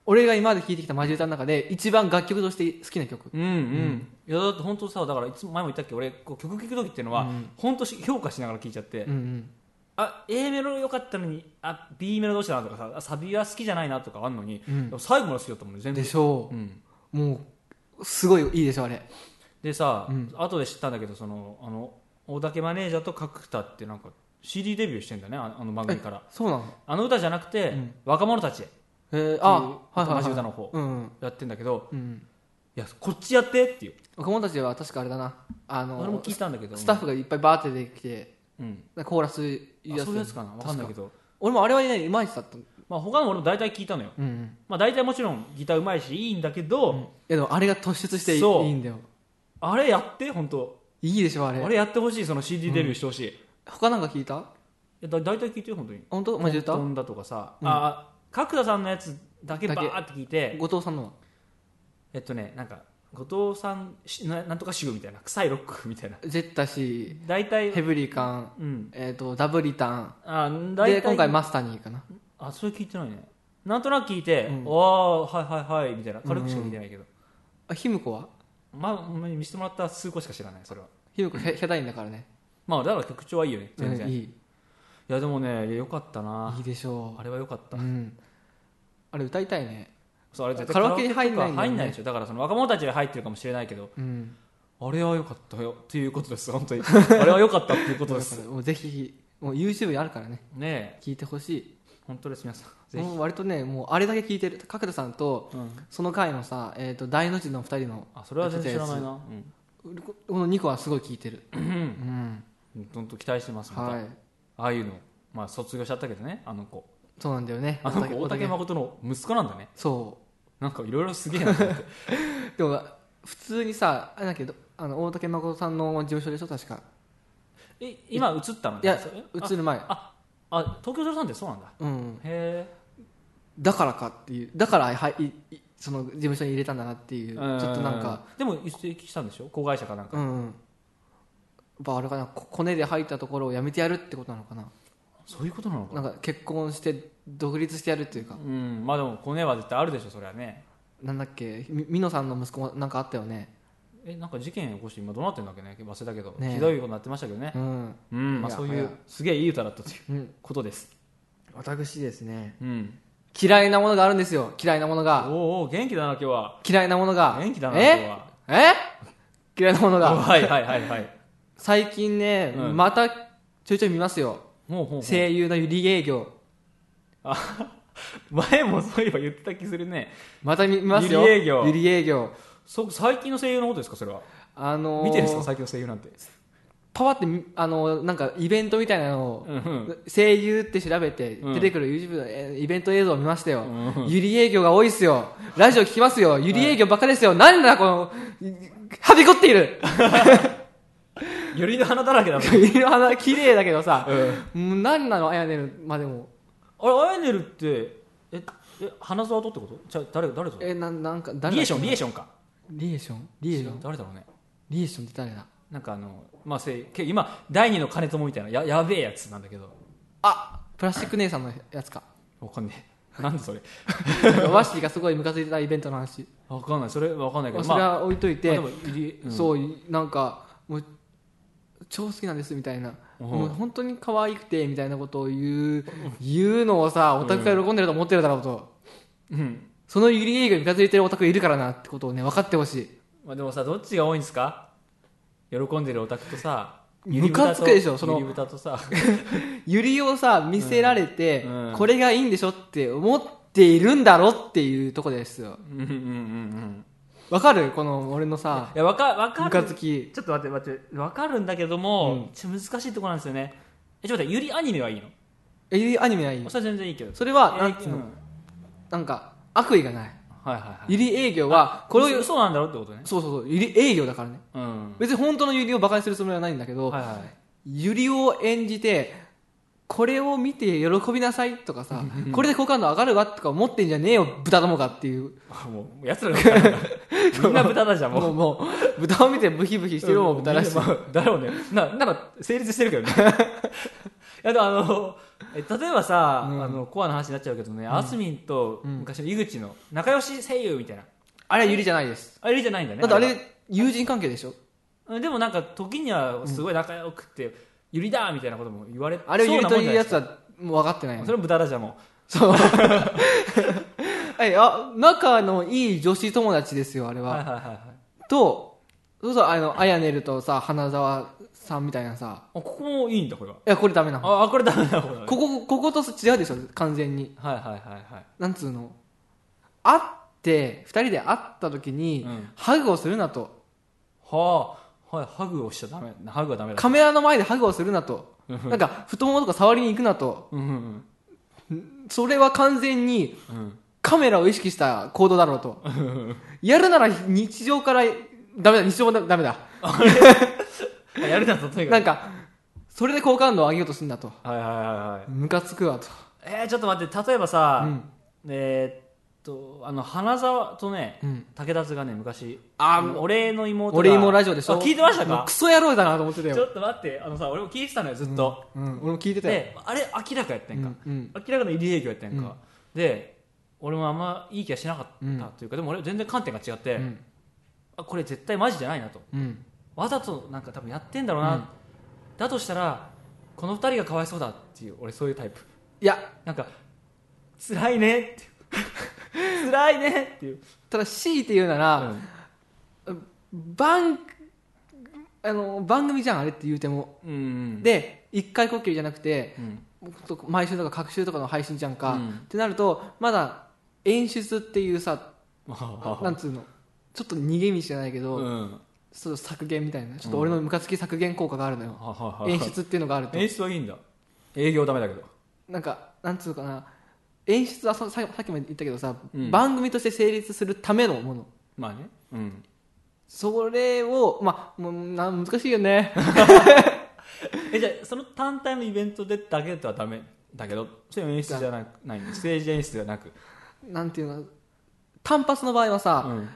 [SPEAKER 2] 俺が今まで聴いてきたマジ歌の中で一番楽曲として好きな曲
[SPEAKER 1] うんうん、いやだって本当さだからいつも前も言ったっけ俺こう曲聴く時っていうのは、本当し評価しながら聴いちゃって、
[SPEAKER 2] うんうん
[SPEAKER 1] あ A メロ良かったのにあ B メロどうしたなとかさあサビは好きじゃないなとかあんのに、
[SPEAKER 2] うん
[SPEAKER 1] でも最後まで好きだったもんね全部
[SPEAKER 2] でしょ
[SPEAKER 1] うん、
[SPEAKER 2] うもうすごいいいでしょあれ
[SPEAKER 1] でさ、
[SPEAKER 2] うん
[SPEAKER 1] 後で知ったんだけどそのあの大竹マネージャーと角田ってなんか CD デビューしてんだねああの番組から
[SPEAKER 2] そうなの
[SPEAKER 1] あの歌じゃなくて、
[SPEAKER 2] うん
[SPEAKER 1] 若者たちへ
[SPEAKER 2] えーあ
[SPEAKER 1] ってい
[SPEAKER 2] は
[SPEAKER 1] う
[SPEAKER 2] いはい
[SPEAKER 1] マジ
[SPEAKER 2] は
[SPEAKER 1] 歌
[SPEAKER 2] い
[SPEAKER 1] の方
[SPEAKER 2] うん
[SPEAKER 1] やってんだけど
[SPEAKER 2] うん
[SPEAKER 1] いやこっちやってっていう
[SPEAKER 2] 若者たちは確かあれだなあ
[SPEAKER 1] 俺も
[SPEAKER 2] の
[SPEAKER 1] 聞いたんだけど
[SPEAKER 2] スタッフがいっぱいバーって出てきて
[SPEAKER 1] うん
[SPEAKER 2] なんかコーラス
[SPEAKER 1] あそういうやつかな分かんないけ
[SPEAKER 2] ど
[SPEAKER 1] ど、
[SPEAKER 2] 俺もあれはねいまいちだったうん
[SPEAKER 1] まあ、他の俺も大体聞いたのよ、
[SPEAKER 2] うん
[SPEAKER 1] まあ、大体もちろんギターうまいしいいんだけど、
[SPEAKER 2] いやでもあれが突出していいい
[SPEAKER 1] そう
[SPEAKER 2] いんだよ
[SPEAKER 1] あれやって本当
[SPEAKER 2] いいでしょあ
[SPEAKER 1] あ
[SPEAKER 2] れ
[SPEAKER 1] れやってほしいその CD デビューしてほしい、い
[SPEAKER 2] 他なんか聞いた
[SPEAKER 1] やだ大体聞いてよ本当に
[SPEAKER 2] 本当マジ歌
[SPEAKER 1] 飛んだとかさ、あ角田さんのやつだけバーって聞いて
[SPEAKER 2] 後藤さんのは
[SPEAKER 1] えっとねなんか後藤さんしななんとか臭みたいな臭いロックみたいな
[SPEAKER 2] ジェッタシ
[SPEAKER 1] 大体
[SPEAKER 2] ーヘブリカン、
[SPEAKER 1] うん
[SPEAKER 2] えー、とダブリタン
[SPEAKER 1] あ大
[SPEAKER 2] で
[SPEAKER 1] 体
[SPEAKER 2] 今回マスターにかな
[SPEAKER 1] あそれ聞いてないねなんとなく聞いて、
[SPEAKER 2] うん
[SPEAKER 1] ああはいはいはいみたいな軽くしか聞いてないけど、
[SPEAKER 2] あヒムコは
[SPEAKER 1] まあ見せてもらった数個しか知らないそれは
[SPEAKER 2] ヒムコヒャダインだからね
[SPEAKER 1] まあだから曲調はいいよね全然、
[SPEAKER 2] うんい
[SPEAKER 1] い
[SPEAKER 2] い
[SPEAKER 1] やでもねいやよかったない
[SPEAKER 2] いでしょ
[SPEAKER 1] あれはよかった
[SPEAKER 2] う、うん、あれ歌いたいね
[SPEAKER 1] そうあれ絶対
[SPEAKER 2] カラオケに入んないんだ
[SPEAKER 1] カラオケとか
[SPEAKER 2] よね
[SPEAKER 1] 入んないでしょだからその若者たちが入ってるかもしれないけど
[SPEAKER 2] うん
[SPEAKER 1] あれは良かったよっていうことです本当
[SPEAKER 2] [laughs]
[SPEAKER 1] にあれは良かったっていうことで
[SPEAKER 2] だ
[SPEAKER 1] す
[SPEAKER 2] か
[SPEAKER 1] ね
[SPEAKER 2] らもうぜひもう YouTube にあるからね
[SPEAKER 1] え
[SPEAKER 2] 聞いてほしい
[SPEAKER 1] 本当です皆さんぜ
[SPEAKER 2] もう割とねもうあれだけ聞いてる角田さんと
[SPEAKER 1] ひ、うん、
[SPEAKER 2] その回のさ、えー、と大の字の二人の
[SPEAKER 1] あそれは全然知らないなうん
[SPEAKER 2] ここの2個はすごい聞いてる、うん、
[SPEAKER 1] うん本当期待してますまた、
[SPEAKER 2] はい
[SPEAKER 1] ああいうのまあ卒業しちゃったけどねあの子
[SPEAKER 2] そうなんだよね
[SPEAKER 1] あの子大竹誠の息子なんだね
[SPEAKER 2] そう
[SPEAKER 1] なんかいろいろすげえな
[SPEAKER 2] [laughs]
[SPEAKER 1] と思って
[SPEAKER 2] でも普通にさあれだけどあの大竹誠さんの事務所でしょ確か
[SPEAKER 1] え今映ったの
[SPEAKER 2] いや
[SPEAKER 1] それ
[SPEAKER 2] 映る前
[SPEAKER 1] ああ東京03ってそうなんだ
[SPEAKER 2] うん
[SPEAKER 1] へ
[SPEAKER 2] だからかっていうだからはいいいその事務所に入れたんだなってい
[SPEAKER 1] え
[SPEAKER 2] うちょっとなんか
[SPEAKER 1] でも移籍したんでしょ子会社かなんか
[SPEAKER 2] うんうんやっぱあれかなこコネで入ったところをやめてやるってことなのかな
[SPEAKER 1] そういうことなのか
[SPEAKER 2] なんか結婚して独立してやるっていうか
[SPEAKER 1] うんまあでもコネは絶対あるでしょそれはね
[SPEAKER 2] なんだっけみ美濃さんの息子もなんかあったよね
[SPEAKER 1] えなんか事件起こして今どうなってんだっけね忘れたけど、
[SPEAKER 2] ねえ
[SPEAKER 1] ひどいことになってましたけどね
[SPEAKER 2] うん
[SPEAKER 1] うんまあ
[SPEAKER 2] いや
[SPEAKER 1] そう
[SPEAKER 2] い
[SPEAKER 1] い
[SPEAKER 2] や
[SPEAKER 1] うすげえいい歌だったという
[SPEAKER 2] うん
[SPEAKER 1] ことです
[SPEAKER 2] 私ですね
[SPEAKER 1] うん
[SPEAKER 2] 嫌いなものがあるんですよ嫌いなもの
[SPEAKER 1] お
[SPEAKER 2] が
[SPEAKER 1] うおう元気だな今日は
[SPEAKER 2] 嫌いなものが
[SPEAKER 1] 元気だな今日
[SPEAKER 2] え
[SPEAKER 1] は
[SPEAKER 2] え嫌いなものが
[SPEAKER 1] はいはいはいはい
[SPEAKER 2] 最近ね、
[SPEAKER 1] うん
[SPEAKER 2] またちょいちょい見ますよ
[SPEAKER 1] もうほうほう
[SPEAKER 2] 声優のゆり営業
[SPEAKER 1] 前もそういえば言ってた気するね
[SPEAKER 2] また見見ますよ
[SPEAKER 1] ゆり営業
[SPEAKER 2] ゆり営業
[SPEAKER 1] そ最近の声優のことですかそれは
[SPEAKER 2] あのー
[SPEAKER 1] 見てるんですか最近の声優なんて
[SPEAKER 2] パワってみあのーなんかイベントみたいなのを、
[SPEAKER 1] うんうん
[SPEAKER 2] 声優って調べて
[SPEAKER 1] うん
[SPEAKER 2] 出てくる YouTube のえーイベント映像を見ましたよ、
[SPEAKER 1] う
[SPEAKER 2] ゆり営業が多いっすよラジオ聞きますよゆり営業ばっかですよ、なんだこのはびこって
[SPEAKER 1] [laughs]
[SPEAKER 2] いる
[SPEAKER 1] ゆりの花だらけだもん
[SPEAKER 2] ゆりの花綺麗だけどさ、
[SPEAKER 1] うん
[SPEAKER 2] もう何なのあやねるまあでも
[SPEAKER 1] あれアイネルってええ花沢とってことじゃあ誰誰ぞ
[SPEAKER 2] えなんなんか誰
[SPEAKER 1] リエーション
[SPEAKER 2] ン
[SPEAKER 1] リエーションか
[SPEAKER 2] リエーションリエーション
[SPEAKER 1] 誰だろうね
[SPEAKER 2] リエーションって誰だ
[SPEAKER 1] なんかあのまあせいけ今第二の金友みたいなややべえやつなんだけど
[SPEAKER 2] あプラスチック姉さんのやつか [laughs]
[SPEAKER 1] わかんねえなんでそれ
[SPEAKER 2] ワッシーがすごいムカついてたイベントの話
[SPEAKER 1] わかんないそれわかんないけど
[SPEAKER 2] そ
[SPEAKER 1] ま
[SPEAKER 2] れ
[SPEAKER 1] あ
[SPEAKER 2] は置いとい
[SPEAKER 1] まあ
[SPEAKER 2] て、
[SPEAKER 1] でもゆりうん
[SPEAKER 2] そうなんかもう超好きなんですみたいな、
[SPEAKER 1] うん
[SPEAKER 2] もう本当に可愛くてみたいなことを言う言うのをさオタクが喜んでると思ってるだろうと、
[SPEAKER 1] うん
[SPEAKER 2] そのユリ映画にムカついてるオタクいるからなってことをね分かってほしい
[SPEAKER 1] まあ、でもさどっちが多いんですか喜んでるオタクとさゆり
[SPEAKER 2] ム
[SPEAKER 1] 豚と
[SPEAKER 2] カつくでしょその
[SPEAKER 1] ゆり豚とさ
[SPEAKER 2] ユリをさ見せられて、
[SPEAKER 1] うんうん
[SPEAKER 2] これがいいんでしょって思っているんだろっていうとこですよ
[SPEAKER 1] うんうんうんうん
[SPEAKER 2] わかるこの俺のさ
[SPEAKER 1] いやわかわか
[SPEAKER 2] ム
[SPEAKER 1] る
[SPEAKER 2] カつき
[SPEAKER 1] ちょっと待って待ってわかるんだけども、
[SPEAKER 2] うん
[SPEAKER 1] ちょ難しいところなんですよねえちょっと待ってゆりアニメはいいの
[SPEAKER 2] えユリアニメはいい
[SPEAKER 1] それは全然いいけど
[SPEAKER 2] それは
[SPEAKER 1] え
[SPEAKER 2] なんつうの、
[SPEAKER 1] うん
[SPEAKER 2] なんか悪意がない
[SPEAKER 1] はいはいはい
[SPEAKER 2] ユリ営業はこれを
[SPEAKER 1] そうそうなんだろうってことね
[SPEAKER 2] そうそうそうユリ営業だからね
[SPEAKER 1] うん
[SPEAKER 2] 別に本当のユリをバカにするつもりはないんだけど、
[SPEAKER 1] はいはい
[SPEAKER 2] ユリを演じてこれを見て喜びなさいとかさこれで好感度上がるわとか思ってんじゃねえよ豚どもがっていう
[SPEAKER 1] あもう奴らが豚なんだみ
[SPEAKER 2] [laughs]
[SPEAKER 1] んな豚だじゃんも
[SPEAKER 2] も
[SPEAKER 1] う
[SPEAKER 2] うもう豚を見てブヒブヒしてるもん豚らしい
[SPEAKER 1] まあ [laughs] だろうねななんか成立してるけどね [laughs] いやでもあのえ例えばさ、
[SPEAKER 2] うん
[SPEAKER 1] あのコアな話になっちゃうけどね、あすみんと昔の井口の仲良し声優みたいな
[SPEAKER 2] あれはユリじゃないです
[SPEAKER 1] あれじゃないんだね
[SPEAKER 2] だってあれ友人関係でしょ
[SPEAKER 1] うんでもなんか時にはすごい仲良くて、ゆりだみたいなことも言われ
[SPEAKER 2] あれをユリと
[SPEAKER 1] そうなもんじ
[SPEAKER 2] い
[SPEAKER 1] ゃない
[SPEAKER 2] うや
[SPEAKER 1] です
[SPEAKER 2] つ
[SPEAKER 1] か
[SPEAKER 2] はもう分かってないよ
[SPEAKER 1] [laughs]
[SPEAKER 2] ね
[SPEAKER 1] それも豚だじゃんも
[SPEAKER 2] そうはいあ仲のいい女子友達ですよあれ
[SPEAKER 1] うはいは
[SPEAKER 2] は
[SPEAKER 1] いはいはい
[SPEAKER 2] とそうそうあのあやねるとさ花澤さんみたいなさ
[SPEAKER 1] あここもいいんだこれはい
[SPEAKER 2] やこれダメなの
[SPEAKER 1] ああこれダメだこれは
[SPEAKER 2] ここここと違うでしょ完全に
[SPEAKER 1] はいはいはいはい
[SPEAKER 2] なんつうの会って2人で会った時に、
[SPEAKER 1] うん
[SPEAKER 2] ハグをするなと
[SPEAKER 1] はあ、はい、ハグをしちゃダメ。ハグはダメだ。
[SPEAKER 2] カメラの前でハグをするなとなんか太ももとか触りに行くなと
[SPEAKER 1] うんうん
[SPEAKER 2] それは完全に
[SPEAKER 1] うん。うん
[SPEAKER 2] カメラを意識した行動だろうとやるなら日常からダメだ日常もダメだ
[SPEAKER 1] あやるな、とにか
[SPEAKER 2] なんかそれで好感度を上げようとするんだと
[SPEAKER 1] く。はいはいはいはい。
[SPEAKER 2] ムカつくわと
[SPEAKER 1] えー、ちょっと待って、例えばさ、
[SPEAKER 2] うん
[SPEAKER 1] えーっと、あの、花沢とね、
[SPEAKER 2] うん
[SPEAKER 1] 武田津がね、昔、
[SPEAKER 2] あ
[SPEAKER 1] のお礼の妹が。
[SPEAKER 2] 俺もラジオでしょ
[SPEAKER 1] あ聞いてました
[SPEAKER 2] もう
[SPEAKER 1] か
[SPEAKER 2] クソ野郎だなと思ってた
[SPEAKER 1] ち
[SPEAKER 2] よ、
[SPEAKER 1] ょっと待って、あのさ、俺も聞いてたのよ、ずっと。
[SPEAKER 2] うん、俺も聞いてたよ
[SPEAKER 1] で、あれ、明らかやった
[SPEAKER 2] うん
[SPEAKER 1] やんか。
[SPEAKER 2] んうん
[SPEAKER 1] 明らかな入り営業やったやんか。で、俺もあんまいい気がしなかったというか、でも俺全然観点が違って、
[SPEAKER 2] うん
[SPEAKER 1] あ、これ絶対マジじゃないなと。
[SPEAKER 2] うん
[SPEAKER 1] わざとなんか多分やってんだろうな、
[SPEAKER 2] うん
[SPEAKER 1] だとしたらこの二人がかわいそうだっていう俺そういうタイプ
[SPEAKER 2] いや
[SPEAKER 1] なんか辛いねっていう辛いねっていう
[SPEAKER 2] ただ強いて言うなら、番あの番組じゃんあれって言うても、
[SPEAKER 1] うんうん
[SPEAKER 2] で一回こっきりじゃなくて
[SPEAKER 1] うん
[SPEAKER 2] 毎週とか隔週とかの配信じゃんか、
[SPEAKER 1] うん
[SPEAKER 2] ってなるとまだ演出っていうさなんつうのちょっと逃げ道じゃないけど、
[SPEAKER 1] うん
[SPEAKER 2] ちょっと削減みたいなちょっと俺のムカつき削減効果があるのよ、演出っていうのがあると
[SPEAKER 1] 演出はいいんだ営業ダメだけど
[SPEAKER 2] なんかなんつうかな演出はさささっきも言ったけどさ、
[SPEAKER 1] うん
[SPEAKER 2] 番組として成立するためのもの
[SPEAKER 1] まあねうん
[SPEAKER 2] それをまあもうな難しいよね
[SPEAKER 1] えじゃあその単体のイベントでだけではダメだけどそれは演出じゃなくないステージ演出ではなく
[SPEAKER 2] なんていうの単発の場合はさ、
[SPEAKER 1] うん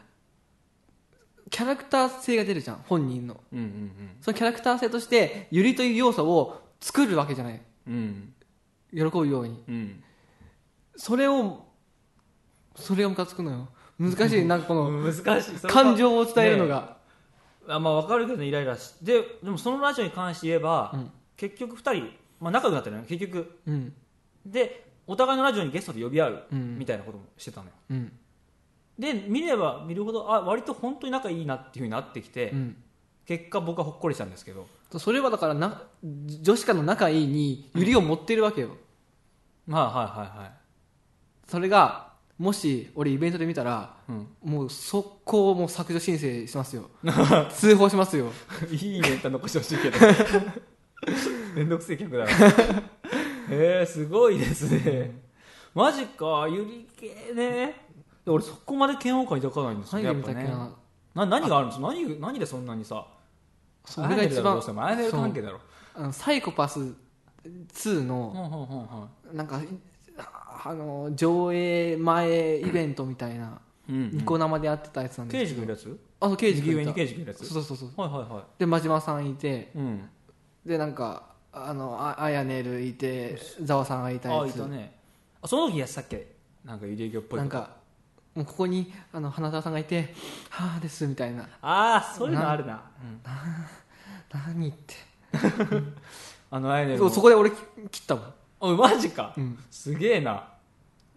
[SPEAKER 2] キャラクター性が出るじゃん本人の
[SPEAKER 1] うんうん
[SPEAKER 2] そのキャラクター性としてユリという要素を作るわけじゃない
[SPEAKER 1] うん
[SPEAKER 2] 喜ぶように
[SPEAKER 1] うん
[SPEAKER 2] それをそれがムカつくのよ難
[SPEAKER 1] [laughs]
[SPEAKER 2] しいなんかこ
[SPEAKER 1] う
[SPEAKER 2] の
[SPEAKER 1] ん難しいそれは
[SPEAKER 2] 感情を伝えるのが、
[SPEAKER 1] あまあ分かるけどねイライラしででもそのラジオに関して言えば、
[SPEAKER 2] うん
[SPEAKER 1] 結局2人、まあ、仲良くなったのよ結局
[SPEAKER 2] うん
[SPEAKER 1] でお互いのラジオにゲストで呼び合う
[SPEAKER 2] うん
[SPEAKER 1] みたいなこともしてたのよ、
[SPEAKER 2] うん
[SPEAKER 1] で見れば見るほどあ割と本当に仲いいなっていうふうになってきて、
[SPEAKER 2] うん
[SPEAKER 1] 結果僕はほっこりしたんですけど
[SPEAKER 2] それはだからな女子間の仲いいにユリを持ってるわけよ、
[SPEAKER 1] まあはいはいはい
[SPEAKER 2] それがもし俺イベントで見たらもう速攻もう削除申請
[SPEAKER 1] [laughs]
[SPEAKER 2] しますよ通報しますよ
[SPEAKER 1] うん、 [laughs] いいイベントは残してほしいけど [laughs] めんどくせえ客だな [laughs] へえすごいですねマジかゆり系ねで俺そこまで嫌悪感抱かないんです
[SPEAKER 2] 何
[SPEAKER 1] ねや
[SPEAKER 2] が
[SPEAKER 1] っ
[SPEAKER 2] 見
[SPEAKER 1] ぱ
[SPEAKER 2] たっ
[SPEAKER 1] ね
[SPEAKER 2] けな
[SPEAKER 1] な何があるんです何何でそんなにさ
[SPEAKER 2] それが一番
[SPEAKER 1] マネー関係だろ
[SPEAKER 2] あのサイコパス2の
[SPEAKER 1] ほんほんほんほん
[SPEAKER 2] なんかいあの上映前イベントみたいな
[SPEAKER 1] うんうん
[SPEAKER 2] ニコ生でやってたやつなん
[SPEAKER 1] 刑
[SPEAKER 2] で
[SPEAKER 1] 事
[SPEAKER 2] すけ
[SPEAKER 1] 君いる
[SPEAKER 2] ど
[SPEAKER 1] やつ
[SPEAKER 2] あそう刑事
[SPEAKER 1] 右
[SPEAKER 2] 君
[SPEAKER 1] 上
[SPEAKER 2] い
[SPEAKER 1] に
[SPEAKER 2] た
[SPEAKER 1] 刑事君いるやつ
[SPEAKER 2] そうそうそう
[SPEAKER 1] はいはいは
[SPEAKER 2] で真島さんいて
[SPEAKER 1] いうん
[SPEAKER 2] でなんかあのああやねるいてざわさんがいた
[SPEAKER 1] あ
[SPEAKER 2] や
[SPEAKER 1] い
[SPEAKER 2] つ
[SPEAKER 1] たねあその時やってたっけなんか入り営業っぽい
[SPEAKER 2] なん
[SPEAKER 1] こと
[SPEAKER 2] かもうここにあの花澤さんがいて「はあです」みたいな
[SPEAKER 1] ああそういうのあるな
[SPEAKER 2] 「何?」って
[SPEAKER 1] うあのアイネ
[SPEAKER 2] そう
[SPEAKER 1] ル
[SPEAKER 2] そこで俺き切ったもん、
[SPEAKER 1] おマジか、
[SPEAKER 2] うん、
[SPEAKER 1] すげえな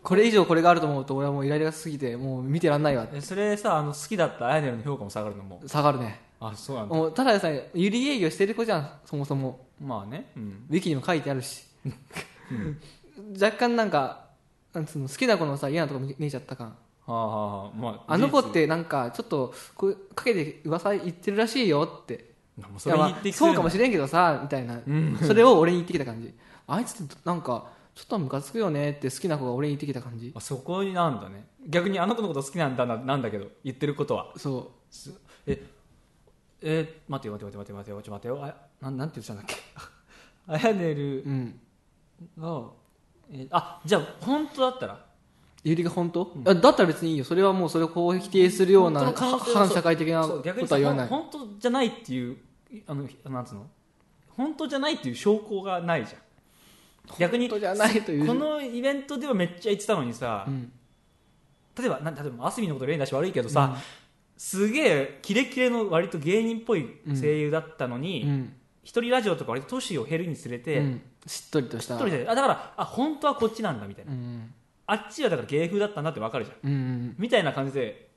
[SPEAKER 2] これ以上これがあると思うと俺はもうイライラがすぎてもう見てらんないわって
[SPEAKER 1] えそれさあの好きだったアイネルの評価も下がるのも
[SPEAKER 2] 下がるね
[SPEAKER 1] あそうなんだ
[SPEAKER 2] もうただでさえゆり営業してる子じゃんそもそも
[SPEAKER 1] まあねうん
[SPEAKER 2] ウィキにも書いてあるし若干なんかなんつうの好きな子のさ嫌なとこ見見えちゃった感
[SPEAKER 1] はあはあはあまあ
[SPEAKER 2] あの子っ
[SPEAKER 1] 事
[SPEAKER 2] てなんかちょっとこうかけて噂言ってるらしいよって
[SPEAKER 1] 実まあ
[SPEAKER 2] い
[SPEAKER 1] そ
[SPEAKER 2] や
[SPEAKER 1] れ
[SPEAKER 2] ま
[SPEAKER 1] に
[SPEAKER 2] あ
[SPEAKER 1] 言ってきて
[SPEAKER 2] そうかも
[SPEAKER 1] し
[SPEAKER 2] しれんけどさみたいな、
[SPEAKER 1] ん
[SPEAKER 2] それを俺に言ってきた感じあいつってなんかちょっとムカつくよねって好きな子が俺に言ってきた感じ
[SPEAKER 1] あそこになんだね逆にあの子のこと好きなんだななんだけど言ってることは
[SPEAKER 2] そ
[SPEAKER 1] えー待てよ待てよ待てよ待てよちょ待てよあなんなんて言ってたんだっけ [laughs] あやね
[SPEAKER 2] う
[SPEAKER 1] る
[SPEAKER 2] うん
[SPEAKER 1] が、えーあじゃあ本当だったら
[SPEAKER 2] ゆりが本当、あだったら別にいいよそれはもうそれをこう否定するような
[SPEAKER 1] 本当の可能性は
[SPEAKER 2] 反社会的な
[SPEAKER 1] そ
[SPEAKER 2] こ
[SPEAKER 1] う
[SPEAKER 2] とは
[SPEAKER 1] 逆にさ
[SPEAKER 2] 言わない
[SPEAKER 1] 本当じゃないっていうあのなんつうの本当じゃないっていう証拠がないじゃん逆に
[SPEAKER 2] 本当じゃないという
[SPEAKER 1] このイベントではめっちゃ言ってたのにさ、
[SPEAKER 2] うん
[SPEAKER 1] 例えばなん例えばアスミのこと例に出し悪いけどさ、すげえキレキレの割と芸人っぽい声優だったの
[SPEAKER 2] う
[SPEAKER 1] に、
[SPEAKER 2] ん
[SPEAKER 1] 一人ラジオとか割と年を減るにつれて、
[SPEAKER 2] うんしっとりとした
[SPEAKER 1] 一人であだからあ本当はこっちなんだみたいな、
[SPEAKER 2] うん
[SPEAKER 1] あっちはだから芸風だったんだってわかるじゃん
[SPEAKER 2] うんうん
[SPEAKER 1] みたいな感じで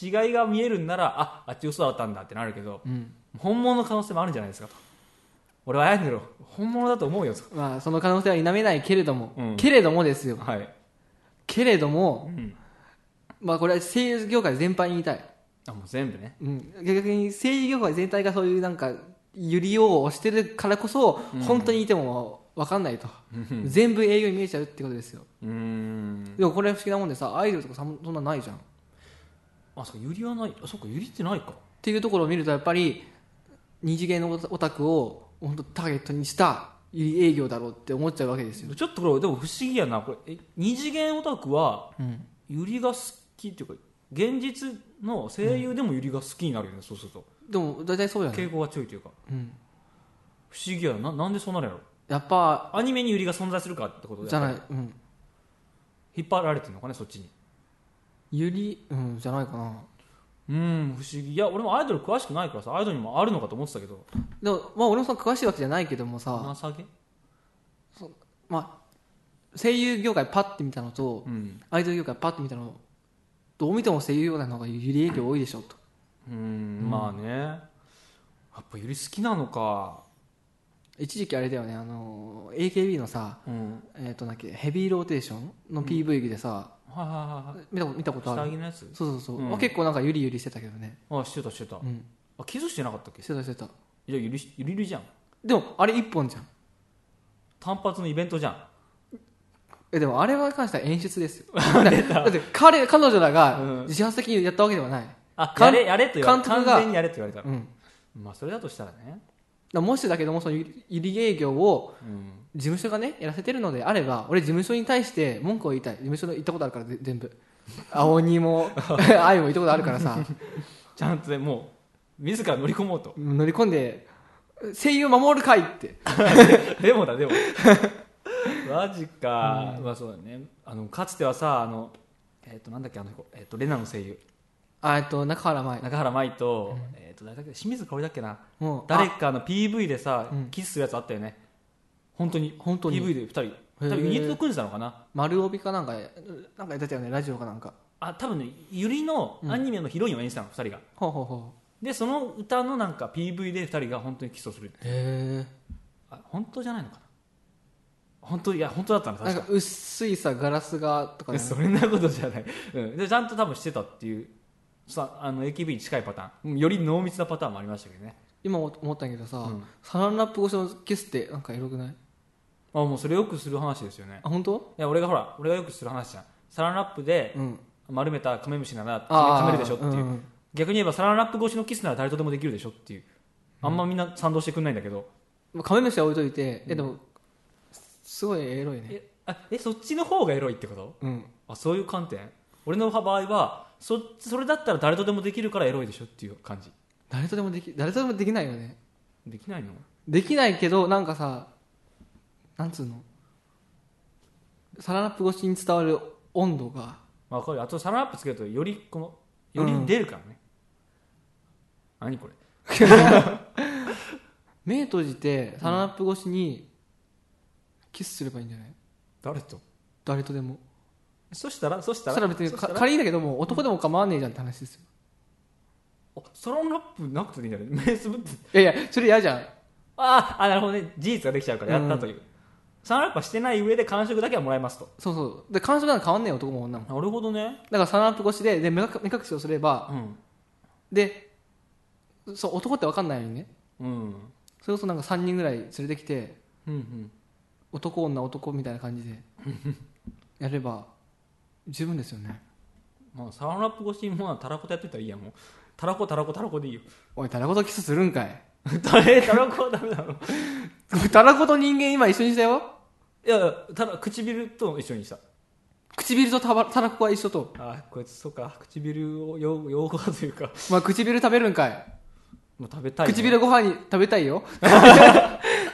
[SPEAKER 1] 違いが見えるんならああっち嘘だったんだってなるけど
[SPEAKER 2] うん
[SPEAKER 1] 本物の可能性もあるんじゃないですかと俺はアイドルを本物だと思うよと
[SPEAKER 2] まあその可能性は否めないけれども、
[SPEAKER 1] うん
[SPEAKER 2] けれどもですよ
[SPEAKER 1] はい、
[SPEAKER 2] けれども、
[SPEAKER 1] うん
[SPEAKER 2] まあ、これは声優業界全般に言いたい、
[SPEAKER 1] あもう全部ね
[SPEAKER 2] うん、逆に声優業界全体がそういうなんか揺りを押してるからこそ、本当にいても分かんないと、全部営業に見えちゃうってことですよ
[SPEAKER 1] うーん
[SPEAKER 2] でもこれ不思議なもんでさアイドルとかさそんなないじゃんっ
[SPEAKER 1] あそうかユリはないあそうかユリってないか
[SPEAKER 2] ていうところを見るとやっぱり二次元のオタクを本当ターゲットにした揺り営業だろうって思っちゃうわけですよ
[SPEAKER 1] ちょっとこれでも不思議やなこれえ二次元オタクは
[SPEAKER 2] うん
[SPEAKER 1] ユリが好きっていうか現実の声優でもユリが好きになるよね、そうすると
[SPEAKER 2] でも大体そうじゃない、
[SPEAKER 1] 傾向が強いというか
[SPEAKER 2] うん、
[SPEAKER 1] 不思議やななんでそうなるんやろ
[SPEAKER 2] やっぱ
[SPEAKER 1] アニメにユリが存在するかってことで
[SPEAKER 2] じゃない、うん、
[SPEAKER 1] 引っ張られてるのかねそっちに
[SPEAKER 2] ゆり、うん、じゃないかな。
[SPEAKER 1] うん不思議いや俺もアイドル詳しくないからさアイドルにもあるのかと思ってたけど
[SPEAKER 2] でも、まあ、俺もさ、詳しいわけじゃないけどもさ、
[SPEAKER 1] 情け
[SPEAKER 2] まあ、声優業界パッて見たのと、
[SPEAKER 1] うん
[SPEAKER 2] アイドル業界パッて見たの、どう見ても声優業界の方がゆり影響多いでしょ、と。
[SPEAKER 1] うんまあねやっぱユリ好きなのか
[SPEAKER 2] 一時期あれだよね、あの、AKB のさ、
[SPEAKER 1] うん
[SPEAKER 2] えっ、と、なんだっけ、ヘビーローテーションの PV でさ、
[SPEAKER 1] はいはいはいはい
[SPEAKER 2] 見たこと見たことあ
[SPEAKER 1] 下
[SPEAKER 2] る。
[SPEAKER 1] 着のやつ
[SPEAKER 2] そうそうそう。
[SPEAKER 1] うん
[SPEAKER 2] まあ、結構なんかゆりゆりしてたけどね。
[SPEAKER 1] あしてたしてた、
[SPEAKER 2] ん
[SPEAKER 1] あキスしてなかったっけ
[SPEAKER 2] してたしてた。
[SPEAKER 1] じゃあゆりゆりゆりじゃん
[SPEAKER 2] でも、あれ一本じゃん。
[SPEAKER 1] 単発のイベントじゃん
[SPEAKER 2] えでもあれは関しては演出で
[SPEAKER 1] [laughs]
[SPEAKER 2] すよだってだって彼彼女らが
[SPEAKER 1] うん
[SPEAKER 2] 自発的にやったわけではない、
[SPEAKER 1] あ
[SPEAKER 2] か
[SPEAKER 1] や
[SPEAKER 2] ん
[SPEAKER 1] れやれと言われ
[SPEAKER 2] 監
[SPEAKER 1] た
[SPEAKER 2] 督
[SPEAKER 1] 完
[SPEAKER 2] が
[SPEAKER 1] 全にやれと言われたら、
[SPEAKER 2] うん、
[SPEAKER 1] まあそれだとしたらね
[SPEAKER 2] だもしだけどもそのゆゆり営業を
[SPEAKER 1] うん
[SPEAKER 2] 事務所がねやらせてるのであれば俺事務所に対して文句を言いたい事務所の行ったことあるからぜ全部青鬼も [laughs] 愛も行ったことあるからさ
[SPEAKER 1] ちゃんとねもう自ら乗り込もうと
[SPEAKER 2] 乗り込んで声優守るかいって
[SPEAKER 1] [laughs] でもだでもマジか、まあそうだねあのかつてはさあのえっ、となんだっけあの子、えっとレナの声優
[SPEAKER 2] あえっと中原舞
[SPEAKER 1] 中原舞と,、えっと誰だっけ清水香織だっけな
[SPEAKER 2] もう
[SPEAKER 1] 誰
[SPEAKER 2] あ
[SPEAKER 1] かの PV でさ、
[SPEAKER 2] うん
[SPEAKER 1] キスするやつあったよね本当に
[SPEAKER 2] 本当に
[SPEAKER 1] PV で2人多分ユニット組んでたのかな
[SPEAKER 2] 丸帯かなんかなんかやってたよねラジオかなんか
[SPEAKER 1] あ多分ねゆりのアニメのヒロインを演じたの2人が
[SPEAKER 2] ほうほうほ
[SPEAKER 1] でその歌のなんか PV で2人が本当にキスをする
[SPEAKER 2] うへえ
[SPEAKER 1] あ本当じゃないのかな本当いや本当だったの
[SPEAKER 2] なん
[SPEAKER 1] 確
[SPEAKER 2] か
[SPEAKER 1] か
[SPEAKER 2] 薄いさガラスがとかね
[SPEAKER 1] そんなことじゃない、うん、でちゃんと多分してたっていうさあの AKB に近いパターンうんより濃密なパターンもありましたけどね
[SPEAKER 2] 今思ったんやけどさ、
[SPEAKER 1] うん
[SPEAKER 2] サランラップ越しのキスってなんかエロくない
[SPEAKER 1] あもうそれよくする話ですよね
[SPEAKER 2] あ本当
[SPEAKER 1] いや俺がほら俺がよくする話じゃんサランラップで
[SPEAKER 2] うん
[SPEAKER 1] 丸めたカメムシなら
[SPEAKER 2] あー
[SPEAKER 1] 噛めるでしょっていう、
[SPEAKER 2] ん
[SPEAKER 1] 逆に言えばサランラップ越しのキスなら誰とでもできるでしょっていうあんまみんな賛同してくんないんだけど、
[SPEAKER 2] まあ、カメムシは置いといて、えでもすごいエロいね
[SPEAKER 1] えあえそっちの方がエロいってこと
[SPEAKER 2] うん
[SPEAKER 1] あそういう観点俺の場合はそそれだったら誰とでもできるからエロいでしょっていう感じ
[SPEAKER 2] 誰とでもでき誰とでもできないよね
[SPEAKER 1] できないの
[SPEAKER 2] できないけどなんかさなんつうのサランラップ越しに伝わる温度が
[SPEAKER 1] わかるあとサランラップつけるとよりこのより出るからね、何これ
[SPEAKER 2] 目閉じてサランラップ越しにキスすればいいんじゃない
[SPEAKER 1] 誰と
[SPEAKER 2] 誰とでも
[SPEAKER 1] そしたらそし
[SPEAKER 2] そ
[SPEAKER 1] た
[SPEAKER 2] し
[SPEAKER 1] ら
[SPEAKER 2] たら別に
[SPEAKER 1] そ
[SPEAKER 2] か
[SPEAKER 1] ら
[SPEAKER 2] 仮にだけども男でも構わねえじゃんって話ですよ
[SPEAKER 1] あサロンラップなくていいんじゃない目つぶって
[SPEAKER 2] いやいやそれ嫌じゃん
[SPEAKER 1] あーあなるほどね事実ができちゃうからやったという、サロンラップはしてない上で感触だけはもらえますと
[SPEAKER 2] そうそうで感触なんか変わんねえよ男も女も
[SPEAKER 1] なるほどね
[SPEAKER 2] だからサランラップ越しでで目隠目隠しをすれば
[SPEAKER 1] うん
[SPEAKER 2] でそう男って分かんないようにね
[SPEAKER 1] うん
[SPEAKER 2] それこそなんか3人ぐらい連れてきて
[SPEAKER 1] うんうん
[SPEAKER 2] 男女男みたいな感じ [laughs] でやれば十分ですよね
[SPEAKER 1] まあサロンラップ越しにまあたらことやってたらいいやもうたらこたらこたらこでいいよ
[SPEAKER 2] おいタラコとキスするんかい
[SPEAKER 1] [laughs]
[SPEAKER 2] [laughs]
[SPEAKER 1] えたらこはダメなの
[SPEAKER 2] タラコと人間今一緒にしたよ
[SPEAKER 1] いやただ唇と一緒にした
[SPEAKER 2] 唇とタバタラコは一緒と、
[SPEAKER 1] あこいつそうか唇を用用語というか
[SPEAKER 2] まあ、唇食べるんかい
[SPEAKER 1] もう食べたい
[SPEAKER 2] 唇ご飯に食べた [laughs] いよ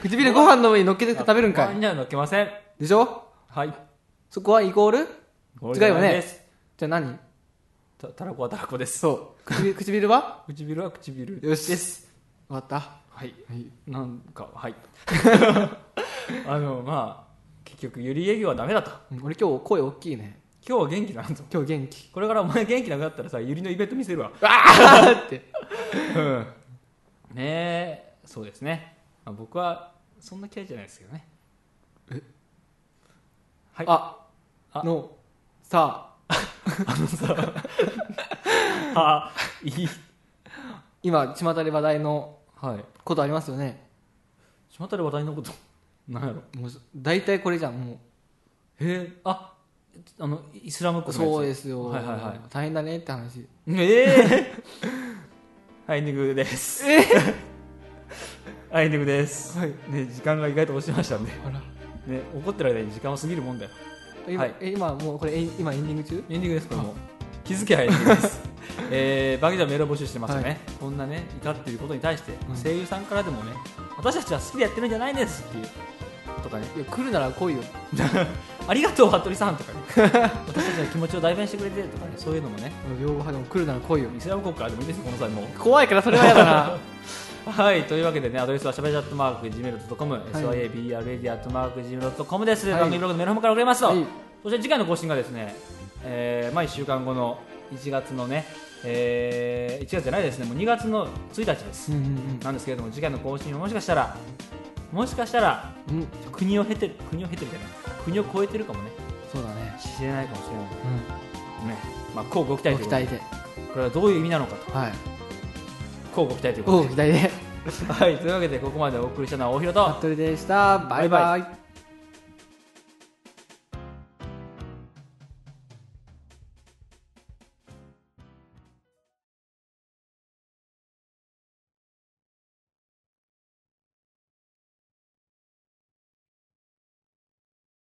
[SPEAKER 2] 唇ご飯の上に乗っけて食べるんか
[SPEAKER 1] あ
[SPEAKER 2] い
[SPEAKER 1] みんなのっけません
[SPEAKER 2] でしょ
[SPEAKER 1] はい
[SPEAKER 2] そこはイコール
[SPEAKER 1] 違
[SPEAKER 2] 違うよねじゃあ何
[SPEAKER 1] たたらこはたらこです
[SPEAKER 2] そう唇唇は
[SPEAKER 1] 唇は唇
[SPEAKER 2] よしです終わったは
[SPEAKER 1] はい
[SPEAKER 2] い
[SPEAKER 1] なんかはい [laughs] あのまあ結局ゆり営業はダメだと
[SPEAKER 2] うん俺今日声大きいね
[SPEAKER 1] 今日は元気だなと
[SPEAKER 2] 今日元気
[SPEAKER 1] これからお前元気なくなったらさゆりのイベント見せるわ
[SPEAKER 2] あーって
[SPEAKER 1] うんねえそうですね、まあ、僕はそんな嫌いじゃないですけどねはい
[SPEAKER 2] あ
[SPEAKER 1] あ
[SPEAKER 2] のさあ
[SPEAKER 1] あのさあ [laughs] いい
[SPEAKER 2] 今巷で話題の
[SPEAKER 1] はい
[SPEAKER 2] ことありますよね
[SPEAKER 1] 巷で話題のことなんやろ
[SPEAKER 2] もう大体これじゃんも
[SPEAKER 1] へえああのイスラム
[SPEAKER 2] う
[SPEAKER 1] 国のやつ
[SPEAKER 2] そうですよ、
[SPEAKER 1] はいはいはい
[SPEAKER 2] 大変だねって話
[SPEAKER 1] ええハイネグです。えハイネグです。
[SPEAKER 2] はい
[SPEAKER 1] ね、時間が意外と押してましたんで。
[SPEAKER 2] あら
[SPEAKER 1] ね、怒ってる間に時間は過ぎるもんだよ。
[SPEAKER 2] 今,、
[SPEAKER 1] はい
[SPEAKER 2] え今もうこれえ今エンディング中
[SPEAKER 1] エンディングです、これも。気づけハイネグです。
[SPEAKER 2] [laughs]
[SPEAKER 1] えー、バギジャーメールを募集してますよね、
[SPEAKER 2] は
[SPEAKER 1] こんなね、怒っていることに対して、
[SPEAKER 2] うん
[SPEAKER 1] 声優さんからでもね、私たちは好きでやってるんじゃないですっていう、とかね、 [laughs]
[SPEAKER 2] いや来るなら来いよ
[SPEAKER 1] ありがとう、服部さん
[SPEAKER 2] [laughs]
[SPEAKER 1] とかね、私たちの気持ちを代弁してくれてとかね、そういうのもね、
[SPEAKER 2] 両方派でも来るなら来いよ
[SPEAKER 1] イスラム国からでもいいですよ、この際もう。
[SPEAKER 2] 怖いからそれは嫌だな
[SPEAKER 1] はい、というわけでね、アドレスはしゃべりアットマーク Gmail.com、
[SPEAKER 2] はい
[SPEAKER 1] SIABRAD アットマーク Gmail.com です、
[SPEAKER 2] はい
[SPEAKER 1] 番組ブログのメルホムから送れますと、
[SPEAKER 2] はい
[SPEAKER 1] そして次回の更新がですね、えーまあ、1週間後の1月のね、えー1月じゃないですね、もう2月の1日です。
[SPEAKER 2] [laughs] うんうん
[SPEAKER 1] なんですけれども、次回の更新はもしかしたら、もしかしたら、
[SPEAKER 2] うんうん
[SPEAKER 1] 国を経てる、国を経てるじゃない、国を超えてるかもね、
[SPEAKER 2] そうだね
[SPEAKER 1] 知れないかもしれない。
[SPEAKER 2] うん
[SPEAKER 1] ね、まあ、こうご期待
[SPEAKER 2] ご
[SPEAKER 1] とい
[SPEAKER 2] 期
[SPEAKER 1] うことで
[SPEAKER 2] 待で
[SPEAKER 1] これはどういう意味なのかと、
[SPEAKER 2] はい
[SPEAKER 1] こうご期待というこ
[SPEAKER 2] ご
[SPEAKER 1] と
[SPEAKER 2] 期待で
[SPEAKER 1] で。はい、というわけで、ここまでお送りしたのは大広と。
[SPEAKER 2] 服部でしたバイバイ